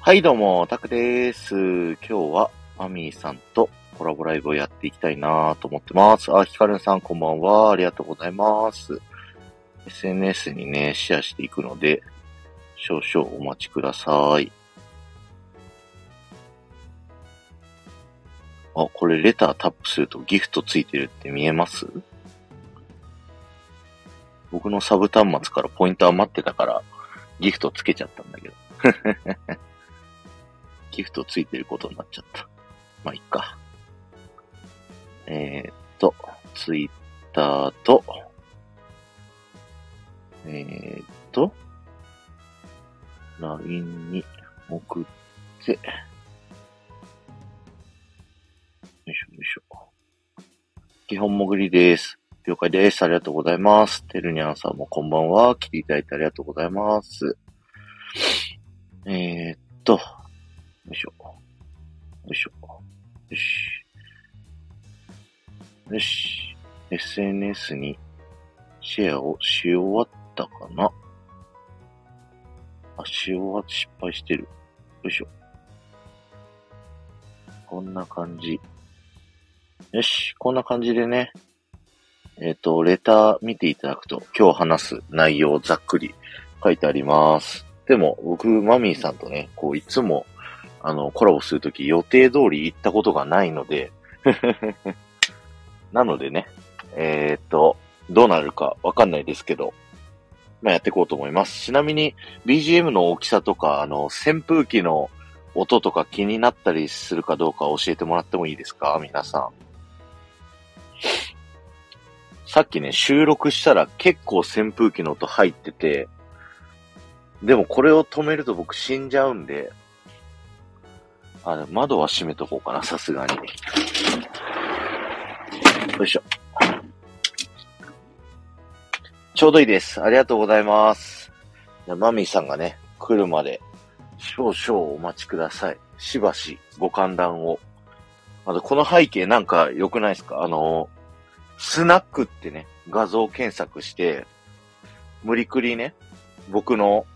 はい、どうも、タクです。今日は、マミーさんとコラボライブをやっていきたいなと思ってます。あ、ヒカルンさん、こんばんは。ありがとうございます。SNS にね、シェアしていくので、少々お待ちください。あ、これ、レタータップするとギフトついてるって見えます僕のサブ端末からポイント余ってたから、ギフトつけちゃったんだけど。ギフトついてることになっちゃった。まあ、いっか。えー、っと、ツイッターと、えー、っと、LINE に送って、よいしょよいしょ。基本潜りです。了解です。ありがとうございます。てるにゃんさんもこんばんは。来ていただいてありがとうございます。えー、っと、よいしょ。よいしょ。よし。よし。SNS にシェアをし終わったかなあ、し終わっ失敗してる。よいしょ。こんな感じ。よし。こんな感じでね。えっ、と、レター見ていただくと、今日話す内容をざっくり書いてあります。でも、僕、マミーさんとね、こう、いつも、あの、コラボするとき予定通り行ったことがないので、 なのでね、えーっと、どうなるかわかんないですけど、まあ、やっていこうと思います。ちなみに、BGM の大きさとか、あの、扇風機の音とか気になったりするかどうか教えてもらってもいいですか皆さん。さっきね、収録したら結構扇風機の音入ってて、でもこれを止めると僕死んじゃうんで、あ、でも窓は閉めとこうかな、さすがに。よいしょ。ちょうどいいです。ありがとうございます。じゃあマミーさんがね、来るまで、少々お待ちください。しばしご歓談を。あと、この背景なんか良くないですかあの、スナックってね、画像検索して、無理くりね、僕の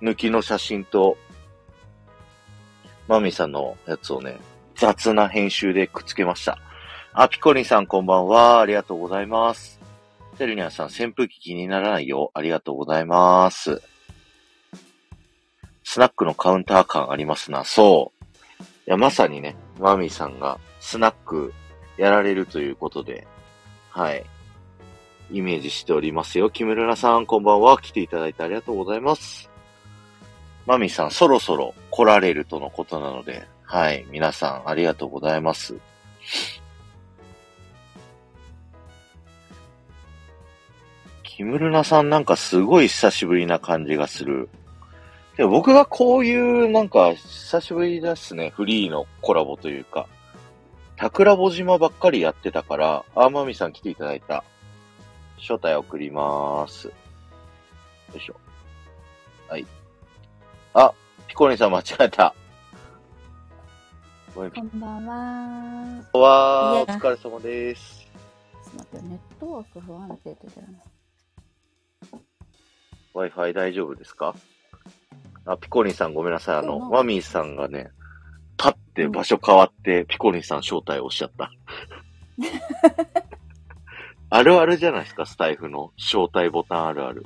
抜きの写真とマミさんのやつをね、雑な編集でくっつけました。あ、ピコリンさんこんばんは。ありがとうございます。テルニャンさん、扇風機気にならないよ。ありがとうございます。スナックのカウンター感ありますな。そう。いや、まさにね、マミさんがスナックやられるということで、はい。イメージしておりますよ。木村さん、こんばんは。来ていただいてありがとうございます。マミさん、そろそろ来られるとのことなので、はい、皆さんありがとうございます。キムルナさんなんかすごい久しぶりな感じがする。でも僕がこういうなんか久しぶりですね、フリーのコラボというか。桜ボ島ばっかりやってたから、あー、マミさん来ていただいた。招待送りまーす。よいしょ。ピコリンさん間違えた。ごめん、ピこんばんは。コは、おいや疲れ様です。ちょっと待って、ネットワーク不安定って言って Wi-Fi 大丈夫ですかあ、ピコリンさんごめんなさい。あの、うんマミーさんがね、パッて場所変わって、ピコリンさん招待をおっしちゃ った。あるあるじゃないですか、スタイフの招待ボタンあるある。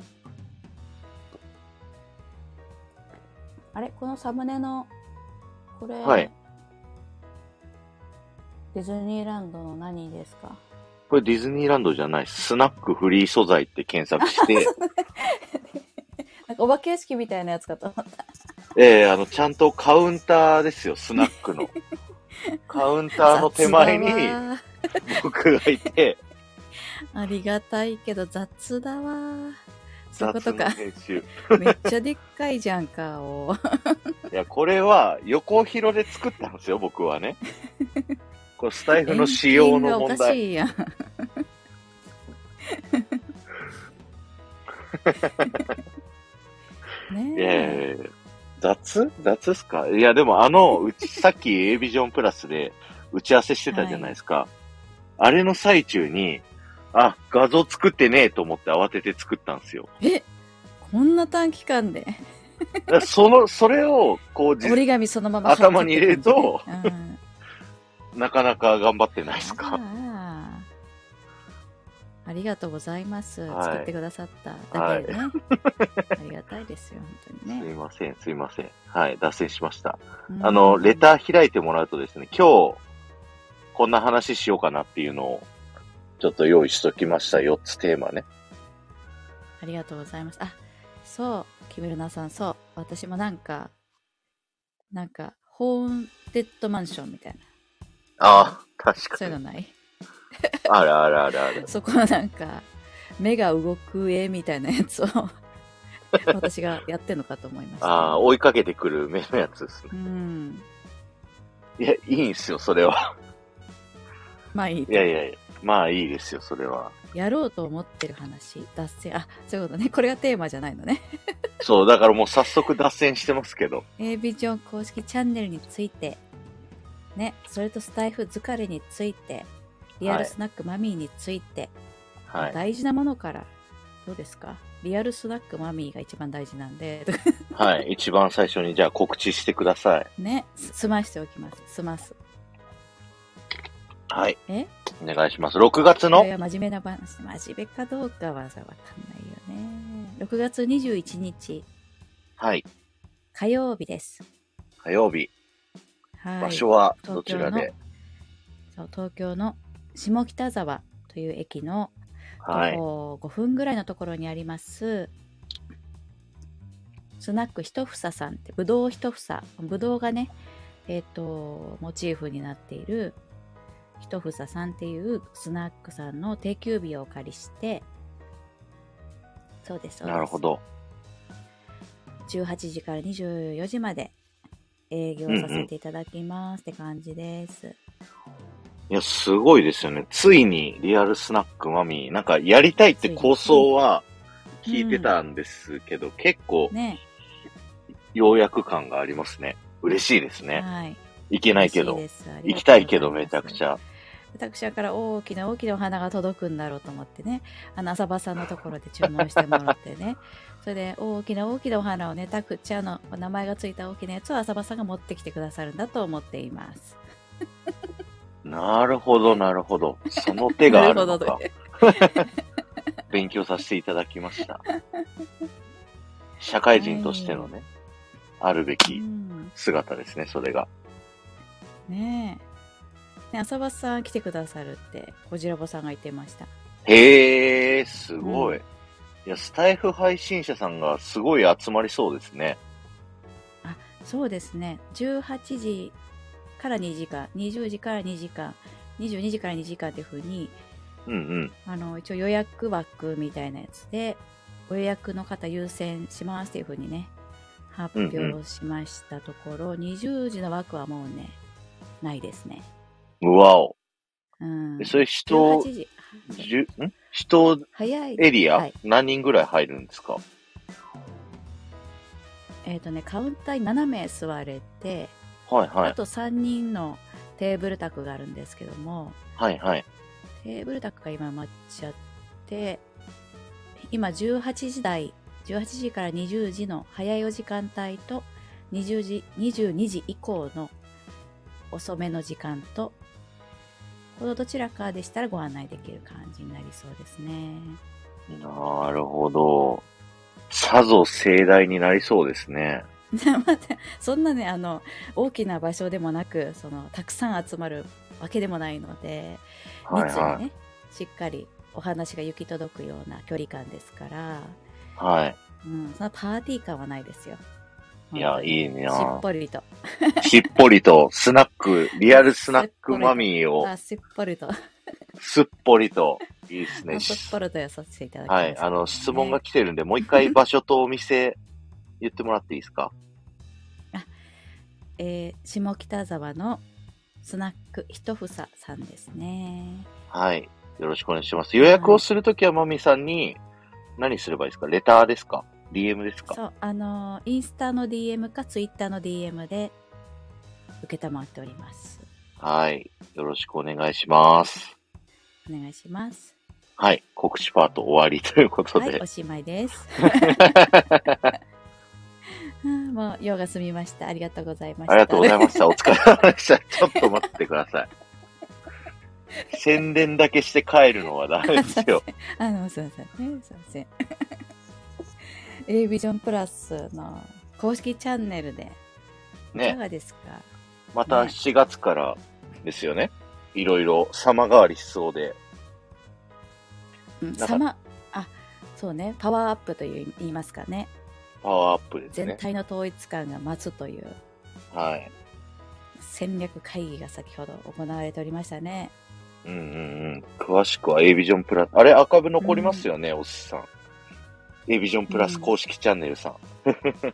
あれこのサムネの、これ、はいディズニーランドの何ですかこれディズニーランドじゃない、スナックフリー素材って検索 して、なんかお化け屋敷みたいなやつかと思った。えー、あの、ちゃんとカウンターですよ、スナック の。カウンターの手前に雑だわ僕がいて、ありがたいけど雑だわ。そういうこと雑なか。編集。めっちゃでっかいじゃん、顔。 いや、これは横広で作ったんですよ、僕はね。 これスタイフの仕様の遠近が問おか題。しいやん。 ねいえ。やいやいや雑雑っすかいや、でもあの、う ち、さっき A ビジョンプラスで打ち合わせしてたじゃないですか。あれの最中に、あ、画像作ってねえと思って慌てて作ったんですよ。えこんな短期間でだからそ の、それを、こう、じ折り紙そのまま貼っ頭に入れるとうんなかなか頑張ってないですか。あーありがとうございます、はい作ってくださっただけでね、ありがたいですよ本当す にいね、ません、すいません。はい、脱線しました。うんあの、レター開いてもらうとですね、今日、こんな話しようかなっていうのを、ちょっと用意しときました。4つテーマね。ありがとうございますあそうキムルナさんそう私もなんかなんかホーンテッドマンションみたいなああ、確そういかうに。のない あるあるあるある。そこのなんか、目が動く絵みたいなやつを、私がやってんのかと思いました。ああ、追いかけてくる目のやつですね。うん。いや、いいんすよ、それは。まあいいといやいやいや、まあいいですよ、それは。やろうと思ってる話、脱線。あ、そういうことね。これがテーマじゃないのね。そう、だからもう早速脱線してますけど。 A ビジョン公式チャンネルについて、ね、それとスタイフ疲れについて、リアルスナックマミーについて、はい。大事なものから、どうですかリアルスナックマミーが一番大事なんで、 とかはい。一番最初に、じゃあ告知してください。ね、す済ましておきます。済ます。はい。えお願いします。6月のこれ、は真面目な話、真面目かどうかはさ、わかんないよね。6月21日、はい。火曜日です。火曜日。はい。場所はどちらで、そう東京の下北沢という駅のは徒い。歩5分ぐらいのところにあります、スナックひとふささんって、ぶどうひとふさ、ぶどうがね、えっ、と、モチーフになっている、ひとふささんっていうスナックさんの定休日をお借りして、そうです、そうですなるほど。 18時から24時まで営業させていただきますって感じです。いや、すごいですよね。ついにリアルスナックマミー、なんかやりたいって構想は聞いてたんですけど、結構ね。ようやく感がありますね。嬉しいですね。はい。行けないけど嬉し。ですありがとうござい行きたいけどめちゃくちゃ。ゃ。私はから大きな大きなお花が届くんだろうと思ってね、あの浅場さんのところで注文してもらってね、 それで大きな大きなお花をね、タクちゃんのお名前がついた大きなやつを浅場さんが持ってきてくださるんだと思っています。なるほど、なるほど。その手があるのなるかほど。 勉強させていただきま した。社会人としてのね、あるべうきん、姿ですね、それが。ねえ。ね、浅場さん来てくださるって、こじらぼさんが言ってました。へえ、すごい。ういや、スタイフ配信者さんがすごい集まりそうですね。そうですね。18時から2時間、20時から2時間、22時から2時間っていうふうに、うんうん。あの、一応予約枠みたいなやつで、ご予約の方優先しますっていうふうにね、発表しましたところ、20時の枠はもうね、ないですね。うわお。うんで。それ人、 18時。じゅん人早い。エリア、はい何人ぐらい入るんですかえっ、とね、カウンターに7名座れて、はいはあい。と3人のテーブル卓があるんですけども、はいはい。テーブル卓が今埋まっちゃって、今18時台、18時から20時の早いお時間帯と、20時、22時以降の遅めの時間と、このどちらかでしたらご案内できる感じになりそうですね。 なるほど。さぞ盛大になりそうですね。待って、そんなね、あの、大きな場所でもなく、その、たくさん集まるわけでもないので、はい密にはね、しっかりお話が行き届くような距離感ですから、い。はい。うん、そのパーティー感はないですよ。いや、本いい当にしっなぽりと。しっぽりと、スナック、リアルスナックマミ ーを、あ、しっぽりと。すっぽりと、いいですねあ。しっぽりとやさせていただきます、はい。あの、質問が。来てるん で、もう一回場所とお店、言ってもらっていいですかえー下北沢のスナックひとふささんですね。はい。よろしくお願いします。予約をするときは、まみさんに、何すればいいですかレターですか ?DM ですかそう、あのーインスタの DM かツイッターの DM で受けたまっております。はい。よろしくお願いします。お願いします。はい。告知パート終わりということ はい、でお。しまいです。うんもう用が済みました。ありがとうございました。ありがとうございました。お疲れ様でした。ちょっと待ってください。宣伝だけして帰るのはダメですよ。あの、すいませんね。すいません。A ビジョンプラスの公式チャンネルで、いかね。がですか、またね7月からですよね。いろいろ様変わりしそうで。うん、なんか様、あ、そうね、パワーアップという言いますかね。パワーアップです全ね。体の統一感が待つというはい。戦略会議が先ほど行われておりましたね。うんうんうん。詳しくは A ビジョンプラス。あれ、アカブ残りますよね、おっさん。A ビジョンプラス公式チャンネルさん。 あね、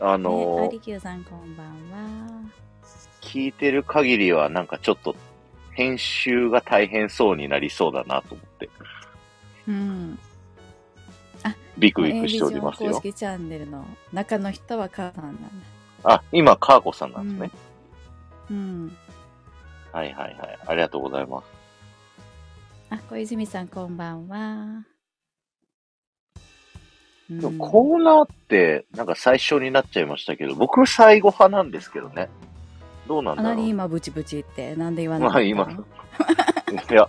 アのーリキューさんこんばんは。聞いてる限りはなんかちょっと編集が大変そうになりそうだなと思って、うん。ビクビクしておりますエイビジョン公よ。式チャンネルの中の人は母さんなんだ。あ、今、カーコさんなんですね。うん。うん。はいはいはい。ありがとうございます。あ、小泉さんこんばんは。うんでもコーナーって、なんか最初になっちゃいましたけど、僕最後派なんですけどね。どうなんあだなろにう。今ブチブチって、なんで言わないまあ今、 いや、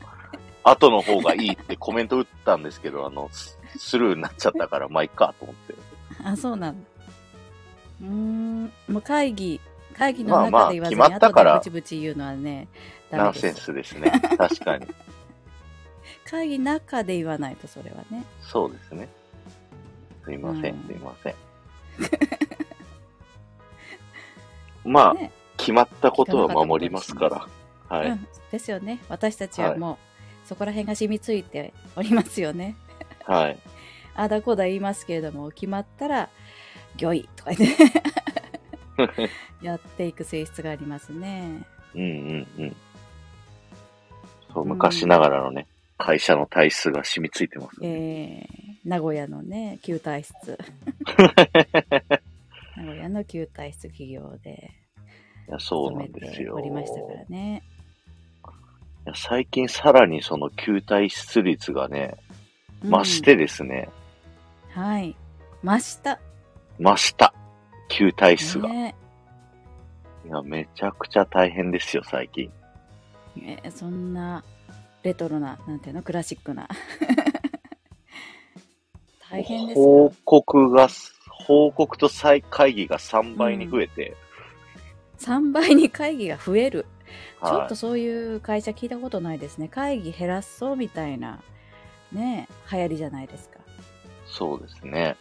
後の方がいいってコメント打ったんですけど、あの、ススルーになっちゃったから、まあいっかと思って。あ、そうなんだ。うーん、もう会議、会議のまあまあ中で言わずに、決まったから後でブチブチ言うのはね、ナダンメセでンす。スですね。確かに。会議の中で言わないと、それはね。そうですね。すいませうんん、すいません。 まあ、ね決まったことは守りますから。はうい。ん、ですよね。私たちはもう、そこら辺が染みついておりますよね。はい。あだこうだ言いますけれども、決まったら、御意とか言って、やっていく性質がありますね。うんうんうん。そう、昔ながらのね、会社の体質が染みついてますね、えー、名古屋のね、旧体室。 名古屋の旧体室企業でいやそう勤なめんですてよ。おりましたからね。いや最近さらにその球体出率がね、うん増し。てですね、はい。増した。増した。球体数が。ねいや、めちゃくちゃ大変ですよ、最近。えーそんなレトロな、なんていうの、クラシックな。大変ですよ報告が、報告と再会議が3倍に増えて、 3倍に会議が増える、ちょはっとそういう会社聞いたことないですね会議減らそうみたいなね流行りじゃないですかい、そうですね。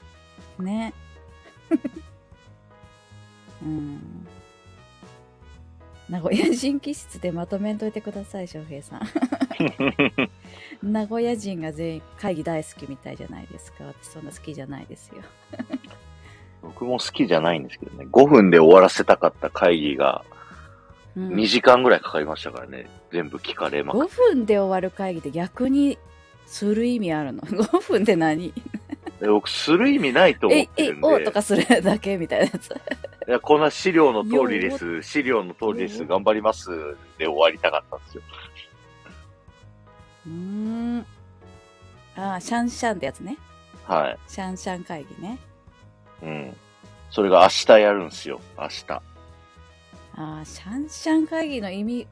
ね うん名古屋人気質でまとめんといてください翔平さ ん名古屋人が全員会議大好きみたいじゃないですか私そんな好きじゃないですよ僕も好きじゃないんですけどね、5分で終わらせたかった会議がうん2時間ぐらいかかりましたからね、全部聞かれまくっ5分で終わる会議って逆にする意味あるの 5分で何て。僕、する意味ないと思えっ、てえる、んおでと、かするだけみたいなやつ。いやこんな資料の通りでよす、資料の通りです、よ頑張りますで終わりたかったんですよ。うーん。ああ、シャンシャンってやつね。はい。シャンシャン会議ね。うん。それが明日やるんですよ、明日。ああ、シャンシャン会議の意味、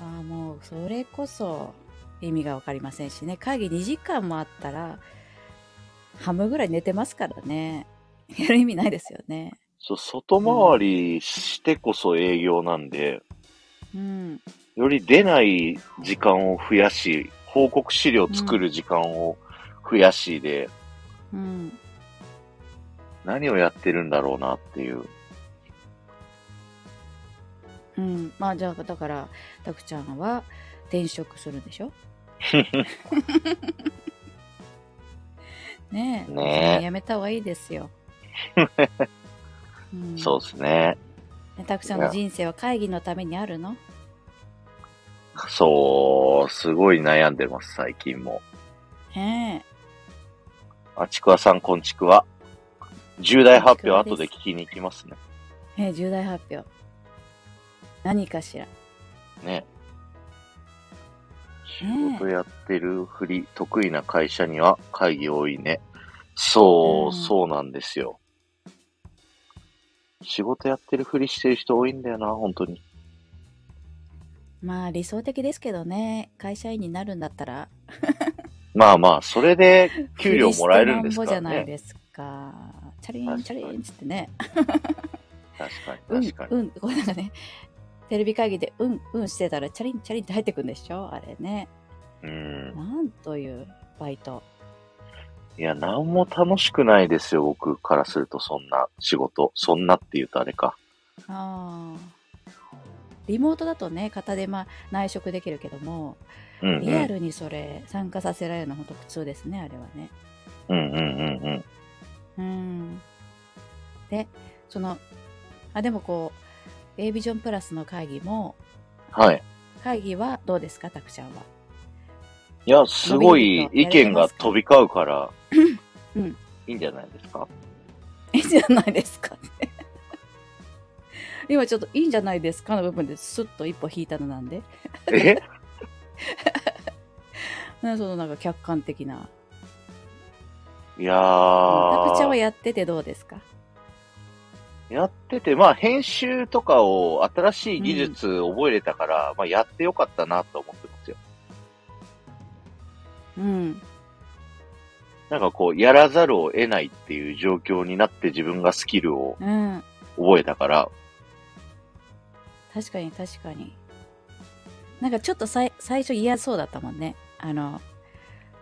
ああ、もう、それこそ意味がわかりませんしね。会議2時間もあったら、半分ぐらい寝てますからね。やる意味ないですよね。そう、外回りしてこそ営業なんで、うん。より出ない時間を増やし、報告資料作る時間を増やしで、うん。何をやってるんだろうなっていう。うん。まあ、じゃあ、だから、たくちゃんは転職するんでし ょねえ。ねえやめた方がいいです よ。うんそうですね。ねたくさんの人生は会議のためにあるのそう、すごい悩んでます、最近も。ねあちくわさん、こんちくわ。重大発表、後で聞きに行きますね。え。ねえ、重大発表。何かしら。ね。仕事やってるふり、得意な会社には会議多いね。そう、うんそうなんですよ。仕事やってるふりしてる人多いんだよな、本当に。まあ理想的ですけどね、会社員になるんだったら、まあまあ、それで給料もらえるんですフリかしらてなんぼじゃ ないね。ですか。チャリンチャリンっつってね。確かうに、ん確か、に。うん、こうなんかね、テレビ会議でうん、うんしてたら、チャリンチャリンって入ってくんでしょあれね。うん。なんというバイト。いや、なんも楽しくないですよ、僕からすると、そんな仕事。そんなって言うとあれか。ああ。リモートだとね、型でまあ内職できるけども、うん、うん。リアルにそれ参加させられるのは本当苦痛ですね、あれはね。うんうんうんうん。うん。で、その、あ、でもこう、A ビジョンプラスの会議も、はい。会議はどうですか、たくちゃんは。いや、すごい伸び意るとやれて見まがすか飛び交うから、うんいいんじゃないですかいい んじゃないですかって。今ちょっといいんじゃないですかの部分でスッと一歩引いたのなんで。えなんかそのなんか客観的な。いやタクちゃんー、はやっててどうですかやってて、まあ編集とかを新しい技術覚えれたから、まあやってよかったなと思ってますよ。うん。なんかこう、やらざるを得ないっていう状況になって自分がスキルをうん。覚えた から、確かに確かに。なんかちょっとさい最初嫌そうだったもんね。あの、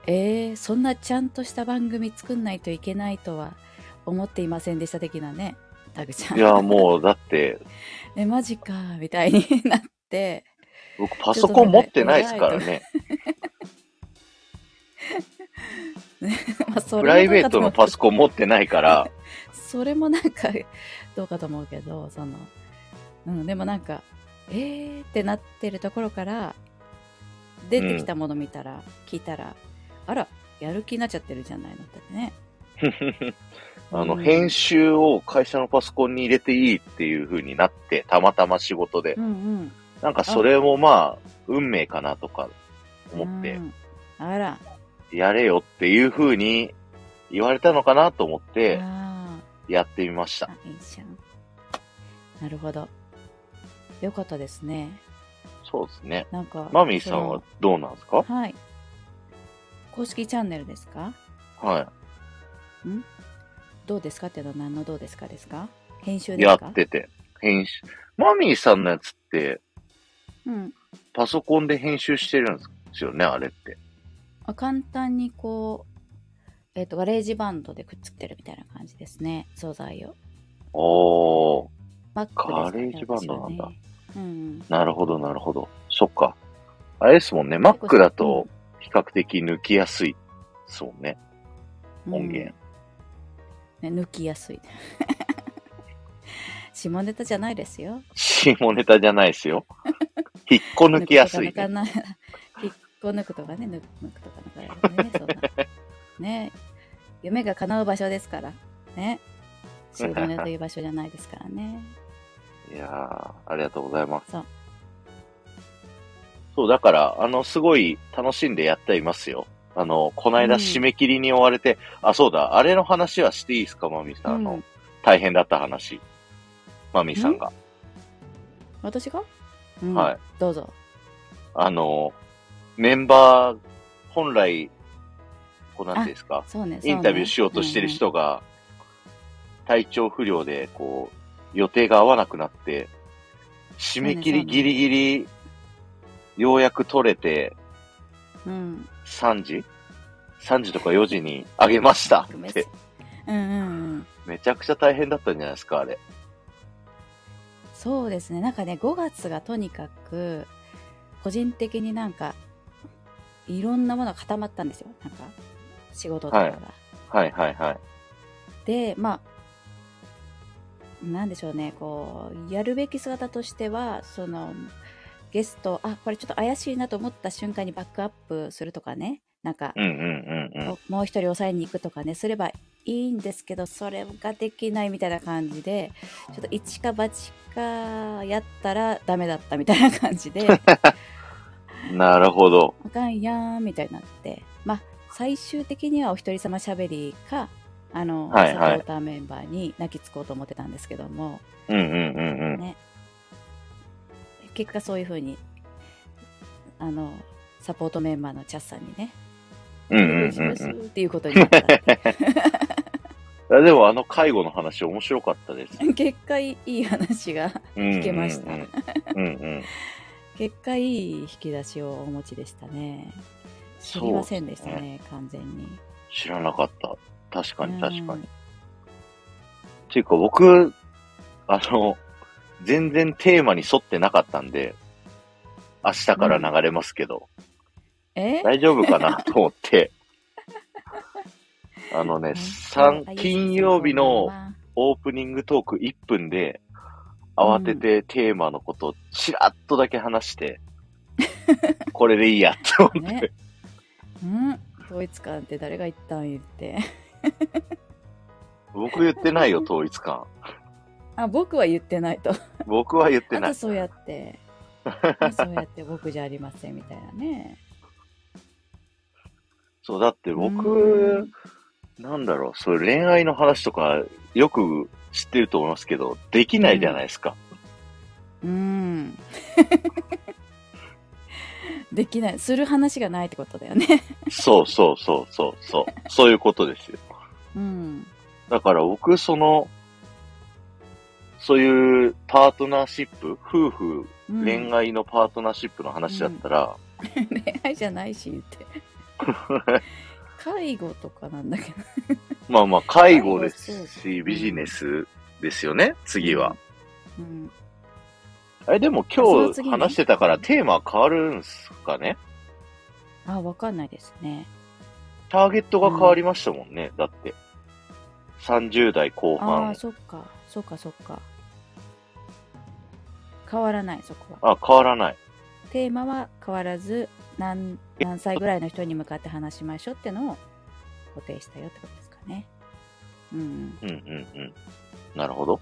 えー、そんなちゃんとした番組作んないといけないとは思っていませんでした的なね。タクちゃん。いやーもうだって、え、マジか、みたいになって。 僕パソコン持ってないですからね。まあそれもどうかと思うプライベートのパソコン持ってないから、それもなんかどうかと思うけど その、うん、でもなんかえーってなってるところから出てきたもの見たら、聞いたらあらやる気になっちゃってるじゃないのってね あの、うん編集を会社のパソコンに入れていいっていう風になって、たまたま仕事でう。んうんなんかそれもまあ、運命かなとか思っうて、んあらやれよっていう風に言われたのかなと思って、あやってみましーた。あいいじゃんなるほどよかったですねそうですね。なんかマミーさんはどうなんですかそのはい公式チャンネルですかはどうですかっていうのは何のどうですかですか編集い。ですやかってて。編集。マミーさんのやつって、うんパソコンで編集してるんですよね、あれって。あ簡単にこう、えっ、と、ガレージバンドでくっつけてるみたいな感じですね、素材を。おー。バックガレージバンドなんだうんうん。なるほど、なるほど。そっか。あれですもんね、Mac だと比較的抜きやすい。そうね。うん音源。ね、抜きやすい。 下ネタじゃないですよ。下ネタじゃないです よ。引っこ抜きやすい、抜くとかね。なか な引っこ抜くとかね、抜抜くとかなかなかね、そんな。ね、夢が叶う場所ですから。 ね。下ネタという場所じゃないですからね。いやー、ありがとうございます。そう。そう、だから、あの、すごい楽しんでやっていますよ。あの、こないだうん締め切りに追われて、あ、そうだ、あれの話はしていいですか、マミさん。あの、うん大変だった話。マミさんが。私がうん。はいどうぞ。あの、メンバー、本来、こうなんていうんですか、そうね、そうねインタビューしようとしてる。人が、体調不良で、こう、予定が合わなくなって、締め切りギリギリ、ようやく取れて、うんうんうん3時 ?3 時とか4時にあげましたごめんっなさいて、うんうんうん。めちゃくちゃ大変だったんじゃないですか、あれ。そうですね。なんかね、5月がとにかく、個人的になんか、いろんなものが固まったんですよ。なんか、仕事とかが。はいはいはいはい。で、まあ、なんでしょうね、こう、やるべき姿としては、その、ゲスト、あ、これちょっと怪しいなと思った瞬間にバックアップするとかね、なんか、うんうんうんうん。もう一人抑えに行くとかねすればいいんですけどそれができないみたいな感じでちょっと一か八かやったらダメだったみたいな感 じであなるほど。かんやーんみたいになってまあ最終的にはお一人様しゃべりかあの、はいはいサポーターメンバーに泣きつこうと思ってたんですけども、うんうんうんうん。ね、結果そういうふうにあのサポートメンバーのチャスさんにね、うんブうんルスうブんルスっていうことになっ たってうん。あでもあの介護の話面白かったです。いう結果いい話が聞けましたうんうんうん。結果いい引き出しをお持ちでしたね知りませんでしたそねうです完全に知らなかった。確かに確かうに。んっていうか僕、あの、全然テーマに沿ってなかったんで、明日から流れますけど、え大丈夫かなと思 って、あのね、三金曜日のオープニングトーク1分で、慌ててテーマのことをちらっとだけ話して、これでいいやと思って、ねうん統一感って誰が言ったん言って僕言ってないよ、統一感。あ僕は言ってないと僕は言ってあないと。そう やって、あそうやって僕じゃありませんみたいなね。そう、だってう僕ん、なんだろう、そういう恋愛の話とか、よく知ってると思いますけど、できないじゃないですか。うん。 できない。する話がないってことだよね。そうそうそうそうそう。そういうことですよ。うん。だから僕、その、そういうパートナーシップ、夫婦、うん恋愛のパートナーシップの話だったら、恋愛じゃないしって。介護とかなんだけど。 まあまあ、介護です介し、護ビジネスですよね、次は。。うん。え、でもその今日次ね話してたからテーマ変わるんすかねあ、わかんないですね。ターゲットが変わりましたもんね、だって。30代後ああ、半。そっか。そっかそっか。変わらない、そこは。あ変わらない。テーマは変わらず何何歳ぐらいの人に向かって話しましょうってのを固定したよってことですかね。うん。うんうんうん。なるほど。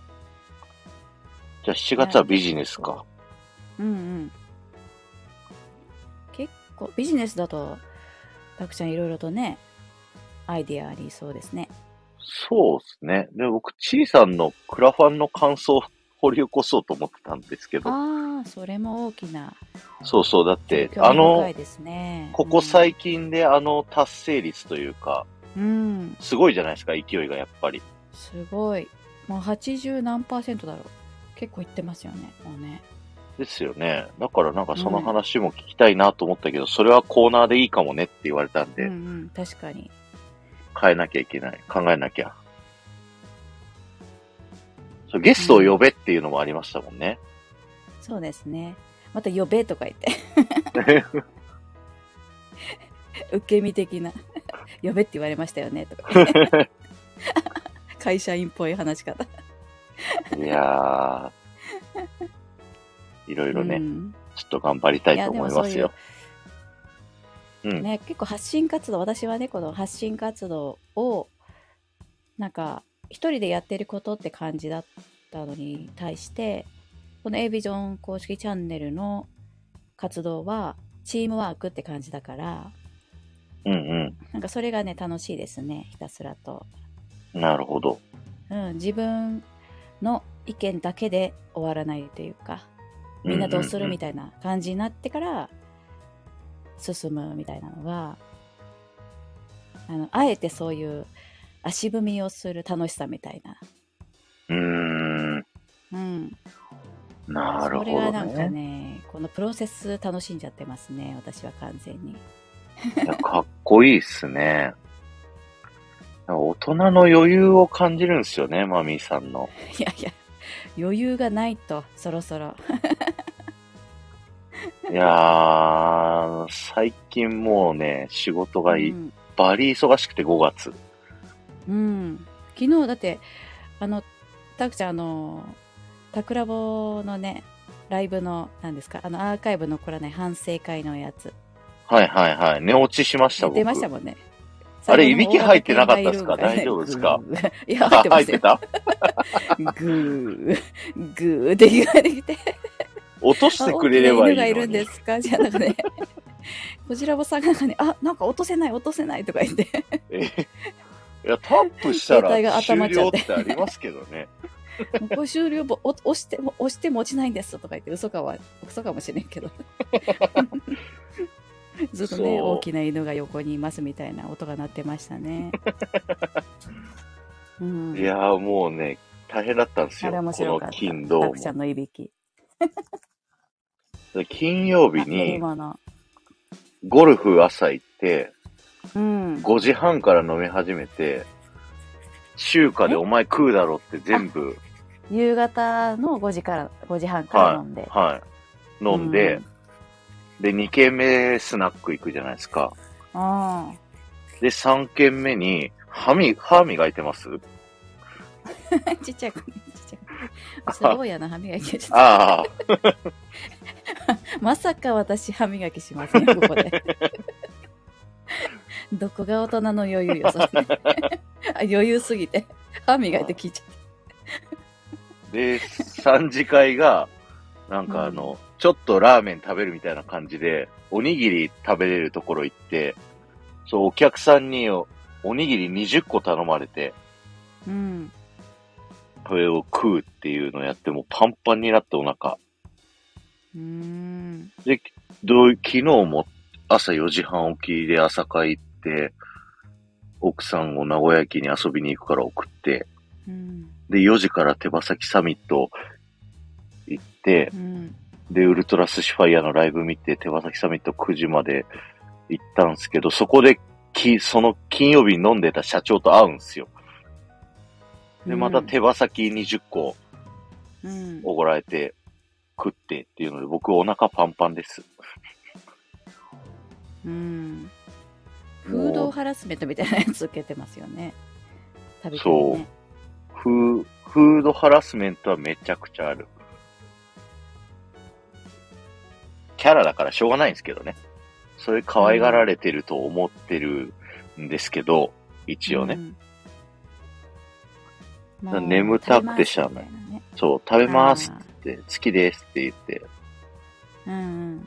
じゃあ7月はビジネスか。うんうん。結構ビジネスだとたくちゃんいろいろとねアイディアありそうですね。そうですね。で、僕、ちいさんのクラファンの感想を掘り起こそうと思ってたんですけど、ああそれも大きなそうそう、だって、興あ味深の、いですね。ここ最近であの達成率というか、近、うん、すごいじゃないですか、勢いがやっぱり。すごいもう80何パーセントだろう結構いってますよねもうね。ですよね。だからなんかその話も聞きたいなと思ったけど、それはコーナーでいいかもねって言われたんで、うんうん確かに。変えなきゃいけない。考えなきゃ。そうゲストを呼べっていうのもありましたもんね。そうですね。また呼べとか言って。 受け身的な。 呼べって言われましたよねとか。 会社員っぽい話し方。いやー。いろいろね、うんちょっと頑張りたいと思いますよ。うんね、結構発信活動、私はね、この発信活動を、なんか、一人でやってることって感じだったのに対して、この A ビジョン公式チャンネルの活動は、チームワークって感じだから、うんなんかそれがね、楽しいですね、ひたすらと。うん。なるほど。うん、自分の意見だけで終わらないというかみんなどうするみたたいな感じになってから進むみたいなのがあのあえてそういう足踏みをする楽しさみたいいな。うーん。な、うん、なるほそれがなどんかね。ねこのプロセス楽しんじゃってますね私は完全に いやかっこいいっすね。なんか大人の余裕を感じるんですよね、マミーさんの。いやいや余裕がないとそろそろいやー、最近もうね、仕事がい、うんバリ忙しくて5月。うん、昨日だってあのたくちゃんあのたくらぼのねライブの何ですかあのアーカイブ残らない反省会のやつはいはいはい。寝落ちしました、僕。出まし たもんねあれ最後のいびき入ってなかったっすか大型犬大丈夫っすかがいるみたいないや入あってま入っすよてたグーグーって言われてきて落としてくれればいいのあ大きなに。犬がいるんですかじゃなくてこちらぼさんがなんかねあなんか落とせない落とせないとか言ってえいや、パンプしたら携帯が終頭ちゃ了っっててありますけどね。もうこれ終了ボお押しても押しても落ちないんですとか言って嘘かは嘘かもしれんけど ずっとねそう大きな犬が横にいますみたいな音が鳴ってました ね、うん、いやーもうね、大変だったんですあよ。れ面こ白のかった金土たくちゃんのいびきも。金曜日あ乗りに物ゴルフ朝行って、うん5時半から飲み始めて、中華でえお前食うだろって全部、夕方の5時から5時半から飲んで、はい、飲んで、で、2軒目スナック行くじゃないですか。うん、あで、3軒目に、歯み、歯磨いてますあ ちっちゃい子ねちっち ゃい子すごいやな歯磨きちょっとああ、まさか私歯磨きしません、ここ で。どこが大人の余裕 よ、それ。あ余裕すぎて。歯磨いて聞いちゃっで、3次会が、なんかあの、ちょっとラーメン食べるみたいな感じで、おにぎり食べれるところ行って、そう、お客さんにおおにぎり20個頼まれて、た。うん。それを食うっていうのをやって、もうパンパンになってお腹。うーん。で、どう昨日も朝4時半起きで朝会行って、奥さんを名古屋駅に遊びに行くから送って、うん。で、4時から手羽先サミット行って、うん。で、ウルトラスシファイアのライブ見て、手羽先サミット9時まで行ったんですけど、そこで、き、その金曜日に飲んでた社長と会うんですよ。で、また手羽先20個うん。おごられて、食ってっていうので、僕お腹パンパンです。うん。フードハラスメントみたいなやつ受けてますよね。食べてそうね。フー、フードハラスメントはめちゃくちゃある。キャラだからしょうがないんですけどね。それ可愛がられてると思ってるんですけど、一応ね。うん。だから眠たくてしゃあないそう、食べ食ますって、好きですって言って、うん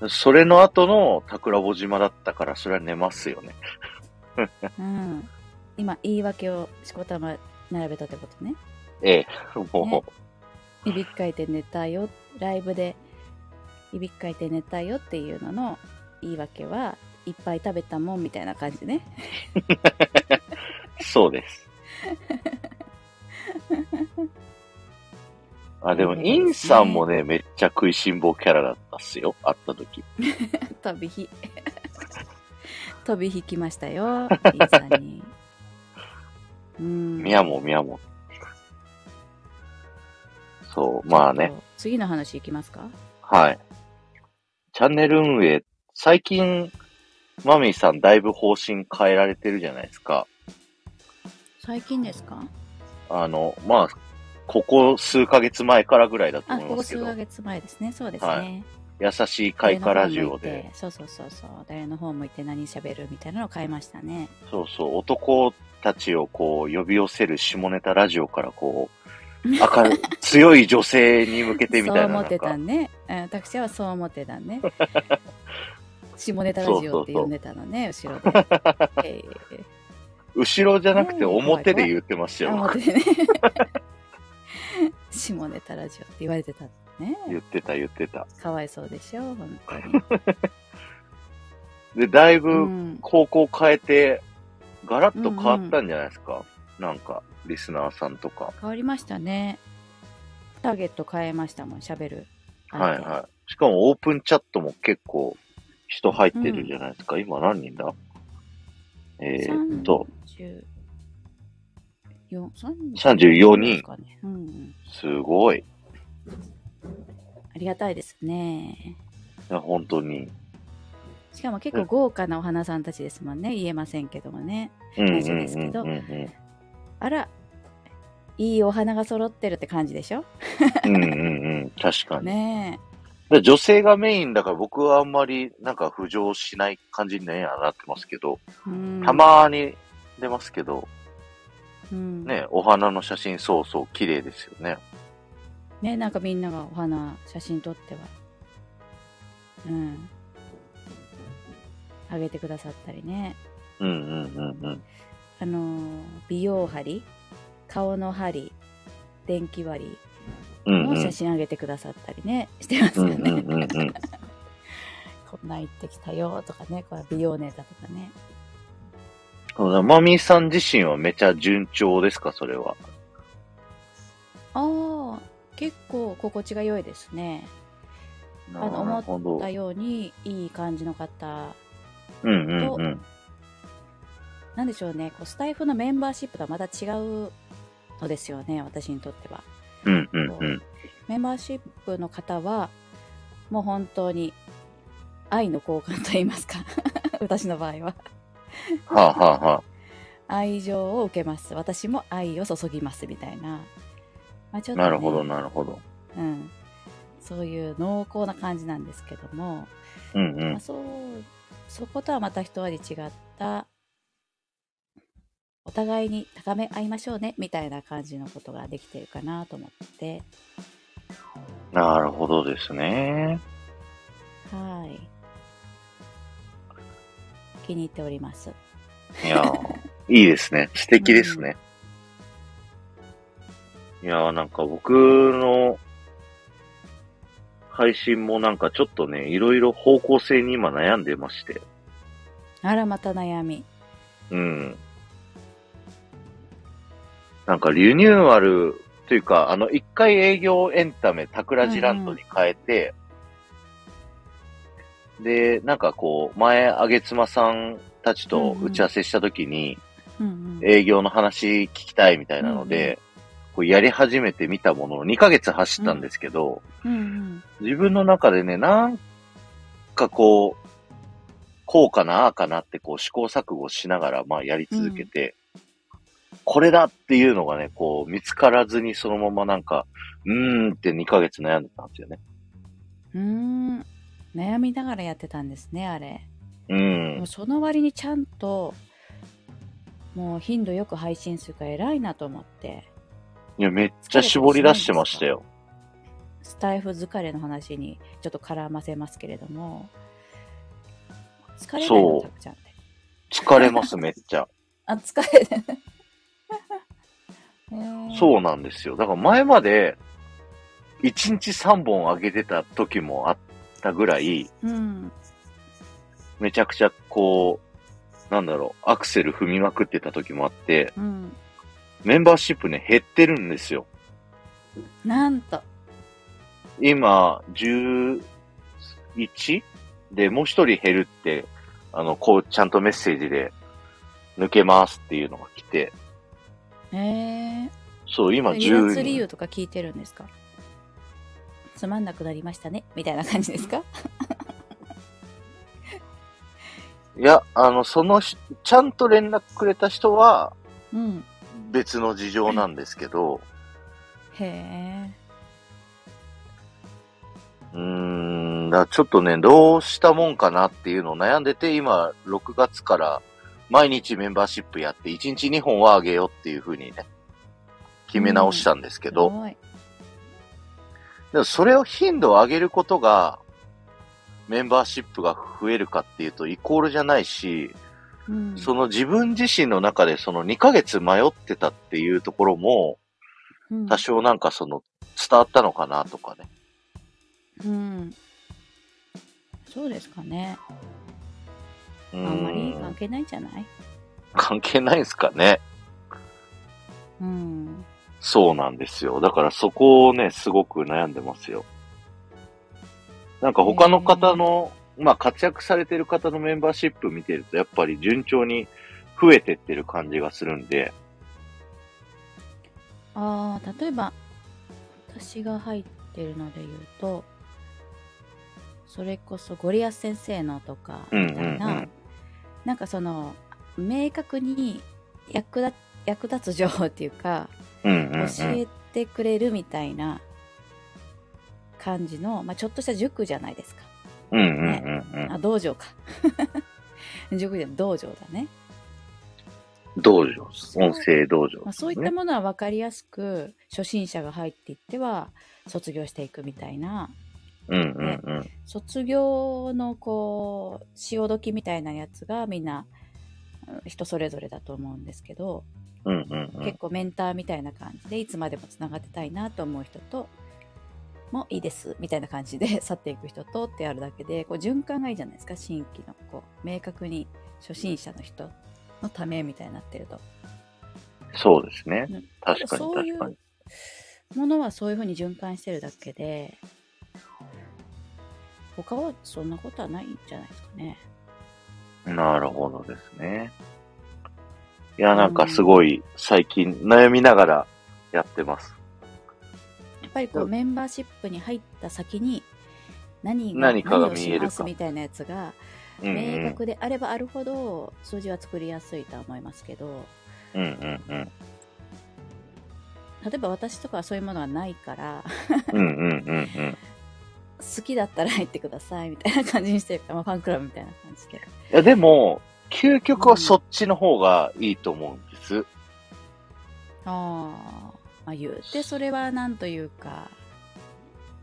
うん。それの後の桜穂島だったから、それは寝ますよね。うん。今、言い訳をしこたま並べたってことね。ええ、もいびきかいて寝たよライブでいびきかいて寝たよっていうのの言い訳はいっぱい食べたもんみたいな感じねう、そう です。あ、でも、そうですねインさんもね、めっちゃ食いしん坊キャラだったっすよ、会った時。飛び火 飛び引きまし たよインさんにうんみやも、みやも。そう、まあね、次の話いきますかはい。チャンネル運営、最近、マミーさんだいぶ方針変えられてるじゃないですか。最近ですかあの、まあ、ここ数ヶ月前からぐらいだとあ思いこまこすけ数どヶ、月前ですねそうですね、は優しい開花ラジオで、そうそうそうそう誰の方向いて何喋るみたいなのを変えましたねそうそう、男たちをこう、呼び寄せる下ネタラジオからこ う、明るい、強い女性に向けてみたいな。そう思ってなたんかね。うん私はそう思って たね。下ネタラジオっていうネタのね、後ろで。え後ろじゃなくてうん表で言ってましたー、よ。表でね。 下ネタラジオって言われてたのね。 言ってた言ってた。かわいそうでしょ、本当に。で、だいうぶん、高校変えて、ガラッと変わったんじゃないですか。なんか、リスナーさんとか。変わりましたね。ターゲット変えましたもん、喋る。はいはい。しかもオープンチャットも結構人入ってるじゃないですか。今何人だえー、っと、 34、34 34です人。かね。うんうん。すごい。いありがたいですね。や本当に。しかも結構豪華なお花さんたちですもんね。言えませんけどもね。うんうん大丈夫ですうんけどうんうん。あら、いいお花が揃ってるって感じでしょ うんうんうん。確かに。ねで女性がメインだから僕はあんまりなんか浮上しない感じにねなってますけど、え。うんた、まーに出ますけど、うん、ねね、お花の写真そうそう綺麗ですよね。なんかみんながお花、写真撮っては。うん。あげてくださったりね。うんうんうんうん。あのー美容針顔の針電気針うんうのん写真上げてくださったりね、してますうよんね、うんうんうん。こんなん行ってきたよとかねこれ美容ネタとかねそうだマミさん自身はめちゃ順調ですか、それは。ああ結構心地が良いですねあのなるほどだようにいい感じの方うんうんうん。なんでしょうねこうスタイフのメンバーシップとはまた違うのですよね私にとってはうんうんうん。メンバーシップの方はもう本当に愛の交換と言いますか 私の場合ははあはあはあ。愛情を受けます私も愛を注ぎますみたいな、まあちょっとねなるほど、なるほど。うん、そういう濃厚な感じなんですけども、うんうまあ、ん。そうそことはまた一味違ったお互いに高め合いましょうねみたいな感じのことができてるかなと思ってなるほどですね。はい気に入っておりますいやーいいですね。素敵ですね。いやーなんか僕の配信もなんかちょっとね、いろいろ方向性に今悩んでまして。あらまた悩みうん。なんかリニューアルというか、あの、一回営業エンタメ、タクラジランドに変えて、で、なんかこう、前、あげつまさんたちと打ち合わせしたときに、うんうん営業の話聞きたいみたいなので、こうやり始めてみたものを2ヶ月走ったんですけど、うん自分の中でね、なんかこう、こうかな、ああかなってこう試行錯誤しながら、まあやり続けて、これだっていうのがね、こう見つからずにそのままなんか、うーんって2ヶ月悩んでたんですよね。うんうーん悩みながらやってたんですねあれうんもう。その割にちゃんともう頻度よく配信するから偉いなと思っていや、めっちゃ絞り出してましたよ。スタイフ疲れの話にちょっと絡ませますけれども疲れないそうのたくちゃんって疲れます、めっちゃ。あ疲れてそう うなんですよ。だから前まで、1日3本上げてた時もあったぐらい、うんめちゃくちゃこう、なんだろう、アクセル踏みまくってた時もあって、うんメンバーシップね、減ってるんですよ。なんと今、11? で、もう一人減るって、あの、こう、ちゃんとメッセージで、抜けますっていうのが来て、ええそう、今離10脱理人由。とか聞いてるんですかつまんなくなりましたねみたいな感じですかいや、あの、そのし、ちゃんと連絡くれた人は、うん別の事情なんですけど、へうーん、だからちょっとね、どうしたもんかなっていうのを悩んでて、今、6月から毎日メンバーシップやって、1日2本はあげようっていうふうにね、決め直したんですえけど、すごいでもそれを頻度を上げることが、メンバーシップが増えるかっていうと、イコールじゃないし、うんその自分自身の中でその2ヶ月迷ってたっていうところも、うん多少なんかその、伝わったのかなとかね。うん。そうですかね。ああんまり関係ないんじゃない関係ないんすかね。うん。そうなんですよ。だからそこをね、すごく悩んでますよ。なんか他の方の、まあ活躍されてる方のメンバーシップ見てると、やっぱり順調に増えてってる感じがするんで、ああ、例えば、私が入ってるので言うと、それこそゴリアス先生のとか、うんうんみうたんいな、なんかその、明確に役立役立つ情報っていうか、うんうん、う教ん。えてくれるみたいな感じの、まあ、ちょっとした塾じゃないですか。うんうんうんあ、道場か。 塾じゃない道場だね。うん。道場です。音声道場、まあ、そういったものは分かりやすく、初心者が入っていっては卒業していくみたいなうんうんうん。卒業のこう潮時みたいなやつがみんな人それぞれだと思うんですけど、うんうんうん。結構メンターみたいな感じでいつまでもつながってたいなと思う人ともういいですみたいな感じで去っていく人とってあるだけでこう循環がいいじゃないですか新規のこう明確に初心者の人のためみたいになってるとそうですねうん。確かにそうい確うかに。ものはそういうふうに循環してるだけで他はそんなことはないんじゃないですかねなるほどですね。いや、なんかすごい最近悩みながらやってます。やっぱりこううんメンバーシップに入った先に何が何かが何を見しえるかますみたいなやつがうんう明ん。確であればあるほど数字は作りやすいとは思いますけどうんうんうん。例えば私とかはそういうものがないから うんうんうんうん。好きだったら入ってくださいみたいな感じにしてるから、まあ、ファンクラブみたいな感じでいや、でも、究極はそっちの方がいいと思うんです。あー、まあ言うてそれはなんというか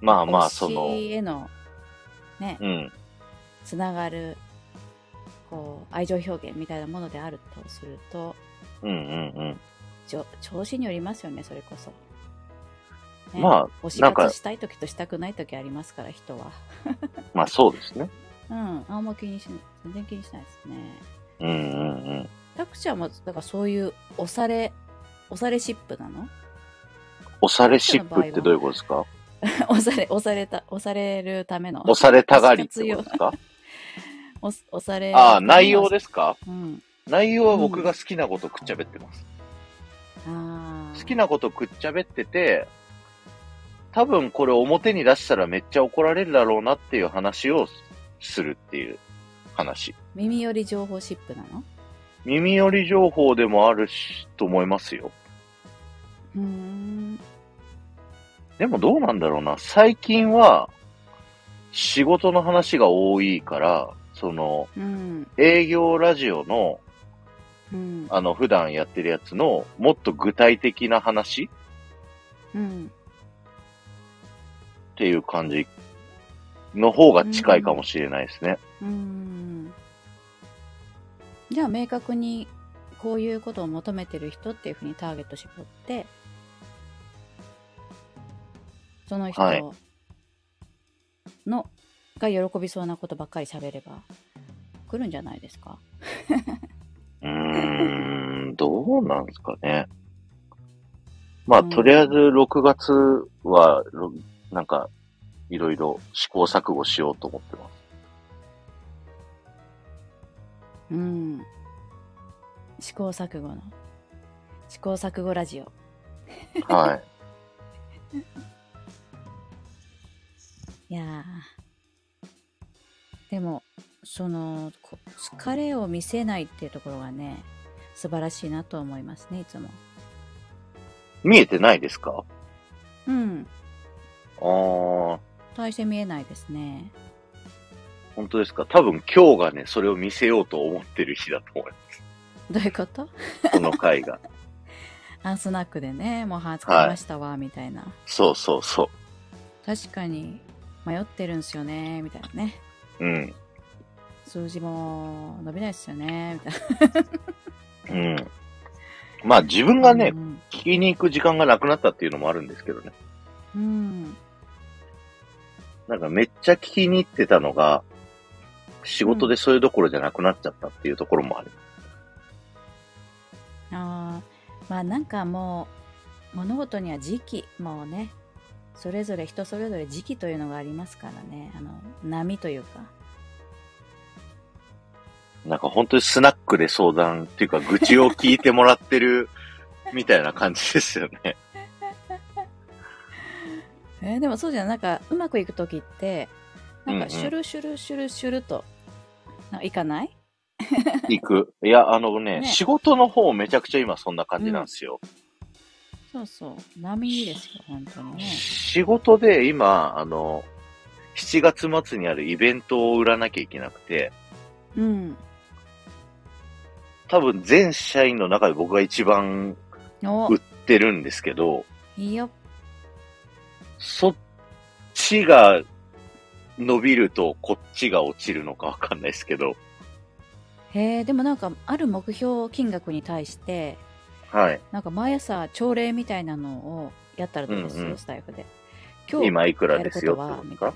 まあまあ、そ推の、しへのねうん。つながるこう愛情表現みたいなものであるとするとうんうんちょ調子によりますよねそれこそ、うん。まあ、推しなんか活したい時としたくない時ありますから人は。まあそうですね。うん、あんま気にしない。全然気にしないですね。うんうんうん。タクちゃんも、だからそういう押され、押されシップなの 押されシップってどういうことですか押され、押された、押されるための。押されたがりってこと ですか押す押され。ああ、内容ですかうん。内容は僕が好きなことをくっちゃべってます。ああ。好きなことをくっちゃべってて、多分これ表に出したらめっちゃ怒られるだろうなっていう話をするっていう話。耳より情報シップなの耳寄り情報でもあるし、と思いますよ。うーん。でもどうなんだろうな。最近は、仕事の話が多いから、その、うん。営業ラジオの、うん。あの、普段やってるやつの、もっと具体的な話うん。っていう感じの方が近いかもしれないですね。うん。じゃあ、明確に、こういうことを求めてる人っていうふうにターゲット絞って、その人はいの、が喜びそうなことばっかり喋れば、来るんじゃないですか。うーん、どうなんですかね。まあ、うんとりあえず6月は、ろなんか、いろいろ試行錯誤しようと思ってます。うん。試行錯誤の、試行錯誤ラジオ。はい。いやーでもそのこ疲れを見せないっていうところがね素晴らしいなと思いますねいつも見えてないですかうんああ、大して見えないですね本当ですか。多分今日がね、それを見せようと思ってる日だと思い まどういうことす。この回が。アンスナックでねもう歯使いましたわ、みたいなそうそうそ確かに迷ってるんすよねみたいなねう。うん。数字も伸びないですよねみたいうん。まあ自分ながね、うん聞きに行く時間がなくなったっていうのもあるんですけどね。うんなんかめっちゃ聞きに行ってたのが、仕事でそれどころじゃなくなっちゃったっていうところもある。あーまあなんかもう物事には時期もうねそれぞれ人それぞれ時期というのがありますからねあの波というかなんか本当にスナックで相談っていうか愚痴を聞いてもらって るみたいな感じですよ ね。えーでもそうじゃんなんかうまくいく時ってなんうんうんかシュルシュルシュルシュルとなんかいかない行く。いや、あのねね仕事の方めちゃくちゃ今そんな感じなんですよ。そうそう波ですよ本当にね仕事で今、あの、7月末にあるイベントを売らなきゃいけなくて、うん多分全社員の中で僕が一番お売ってるんですけど、いいよそっちが伸びるとこっちが落ちるのかわかんないですけど、へえ、でもなんか、ある目標金額に対して、はい。なんか毎朝朝礼みたいなのをやったらどうですよ、うんうんスタイフで。今いくらやるでこすよとってはこ、とでみすたいか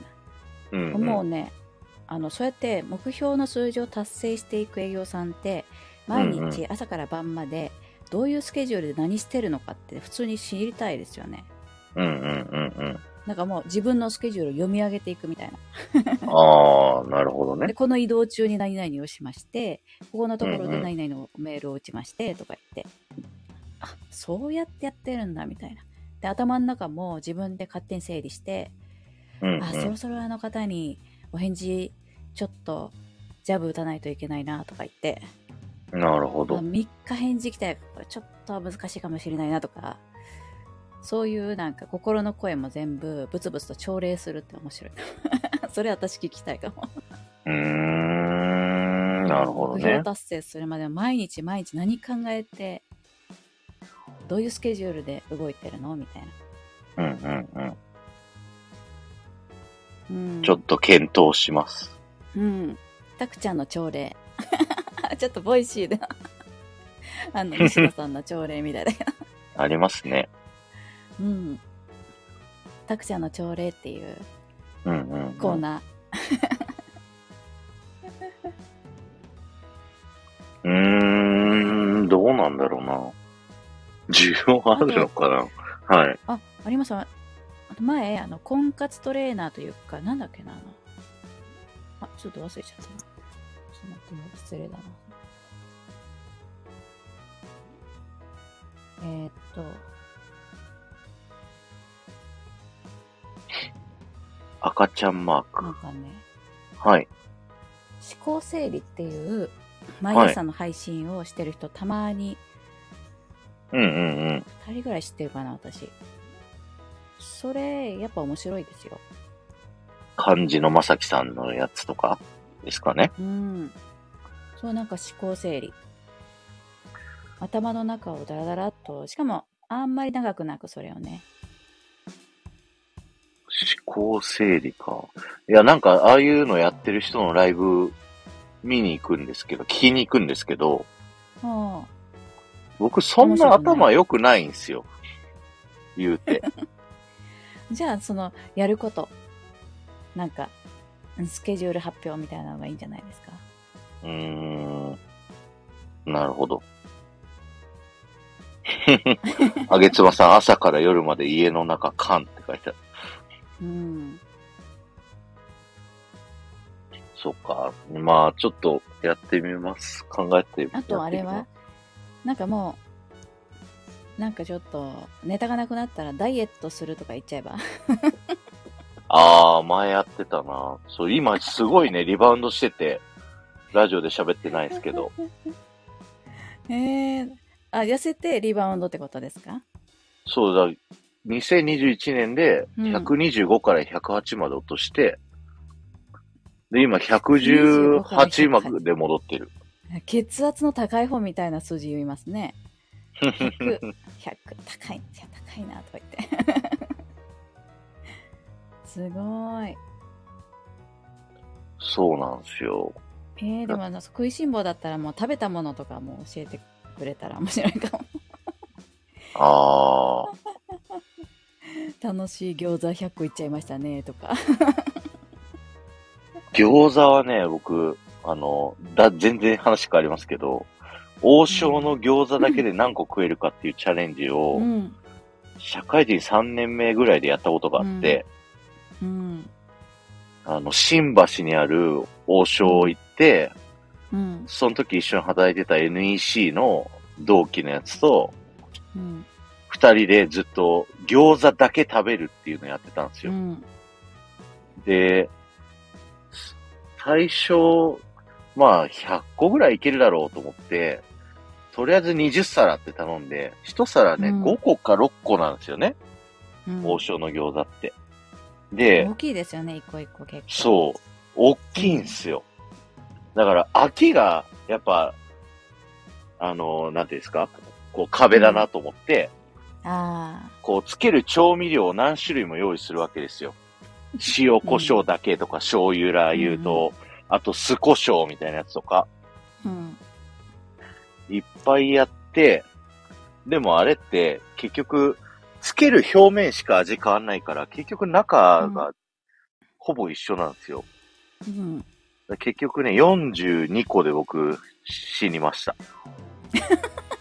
な。うん、うん。もうね、あの、そうやって目標の数字を達成していく営業さんって、毎うん日朝から晩まで、どういうスケジュールで何してるのかって普通に知りたいですよね。うんうんうんなんかもう自分のスケジュールを読み上げていくみたいな。うん。ああ、なるほど で、ね。この移動中に何々をしまして、ここのところうんうでん何々のメールを打ちまして、とか言って、あ、そうやってやってるんだ、みたいな。で、頭の中も自分で勝手に整理して、うんうあ、そろん。そろあの方にお返事、ちょっと、ジャブ打たないといけないな、とか言って、なるほまあど。 3日返事来たら、これちょっと難しいかもしれないな、とか、そういうなんか心の声も全部ブツブツと朝礼するって面白い。 それ私聞きたいかも。うーん、なるほど目標ね。達成するまでは毎日毎日何考えてどういうスケジュールで動いてるのみたいな、うんうんうん。うん、ちょっと検討します。うんたくちゃんの朝礼 ちょっとボイシーで あの西野さんの朝礼みたいだけど、 ありますね。うん、たくちゃんの朝礼っていううんうん、うん。コーナー、うーん、どうなんだろうな。需要あるのかなはい。あありますあと前あの婚活トレーナーというかなんだっけなあのあちょっと忘れちゃったなちょっと待って失礼だなえーっと赤ちゃんマーなんク。かねはい。思考整理っていう毎朝の配信をしてる人、たまにうんうんうん。 2人ぐらい知ってるかな私それやっぱ面白いですよ漢字のまさきさんのやつとかですかね。うん。そう、なんか思考整理。頭の中をダラダラっと、しかも、あんまり長くなくそれをね。思考整理か。いや、なんか、ああいうのやってる人のライブ見に行くんですけど、聞きに行くんですけど、あ僕そんな頭良くないんですよ。言うて。あじゃあ、その、やること。なんか、うんスケジュール発表みたいなのがいいんじゃないですか。うーん。なるほ ど。あげつばさん、朝から夜まで家の中、缶って書いてある。うん。そっか。まあ、ちょっとやってみます。考えてみあと、あれやっはてなんかもう、なんかちょっと、ネタがなくなったらダイエットするとか言っちゃえ ば。みますああ、前やってたな。そう、今すごいね、リバウンドしてて、ラジオで喋ってないですけど。へえ。あ、痩せてリバウンドってことですかそうだ、2021年でうん125から108まで落として、で、今125から118 108まで戻ってる。血圧の高い方みたいな数字言います ね。100、100高い、いや高いなとか言って。 すごい。そうなんですよ。えー、で もあの食いしん坊だったらもう食べたものとかも教えてくれたら面白いかも。 ああ、楽しい餃子100個いっちゃいましたねとか。餃子はね、僕、あの、だ、全然話変わりますけど、王将の餃子だけで何個食えるかっていうチャレンジをう、ん。社会人3年目ぐらいでやったことがあって、うん。あの、新橋にある王将行って、うん。その時一緒に働いてた NEC の同期のやつと、うん。二人でずっと餃子だけ食べるっていうのやってたんですうよ。ん。で、最初、まあ100個ぐらいいけるだろうと思って、とりあえず20皿って頼んで、1皿ね、うん5個か6個なんですよね。うん王将の餃子って。で大、きいですよね、一個一個結構。そう、大きいんすよ。だから、飽きが、やっぱ、あの、なんていうんですか、こう壁だなと思って、あこう、つける調味料を何種類も用意するわけですよ。塩、胡椒だけとか、醤油、ラー油と、あと酢胡椒みたいなやつとか。うん。いっぱいやって、でもあれって、結局、つける表面しか味変わんないから、結局中がほぼ一緒なんですよ。うん。結局ね、42個で僕、死にました。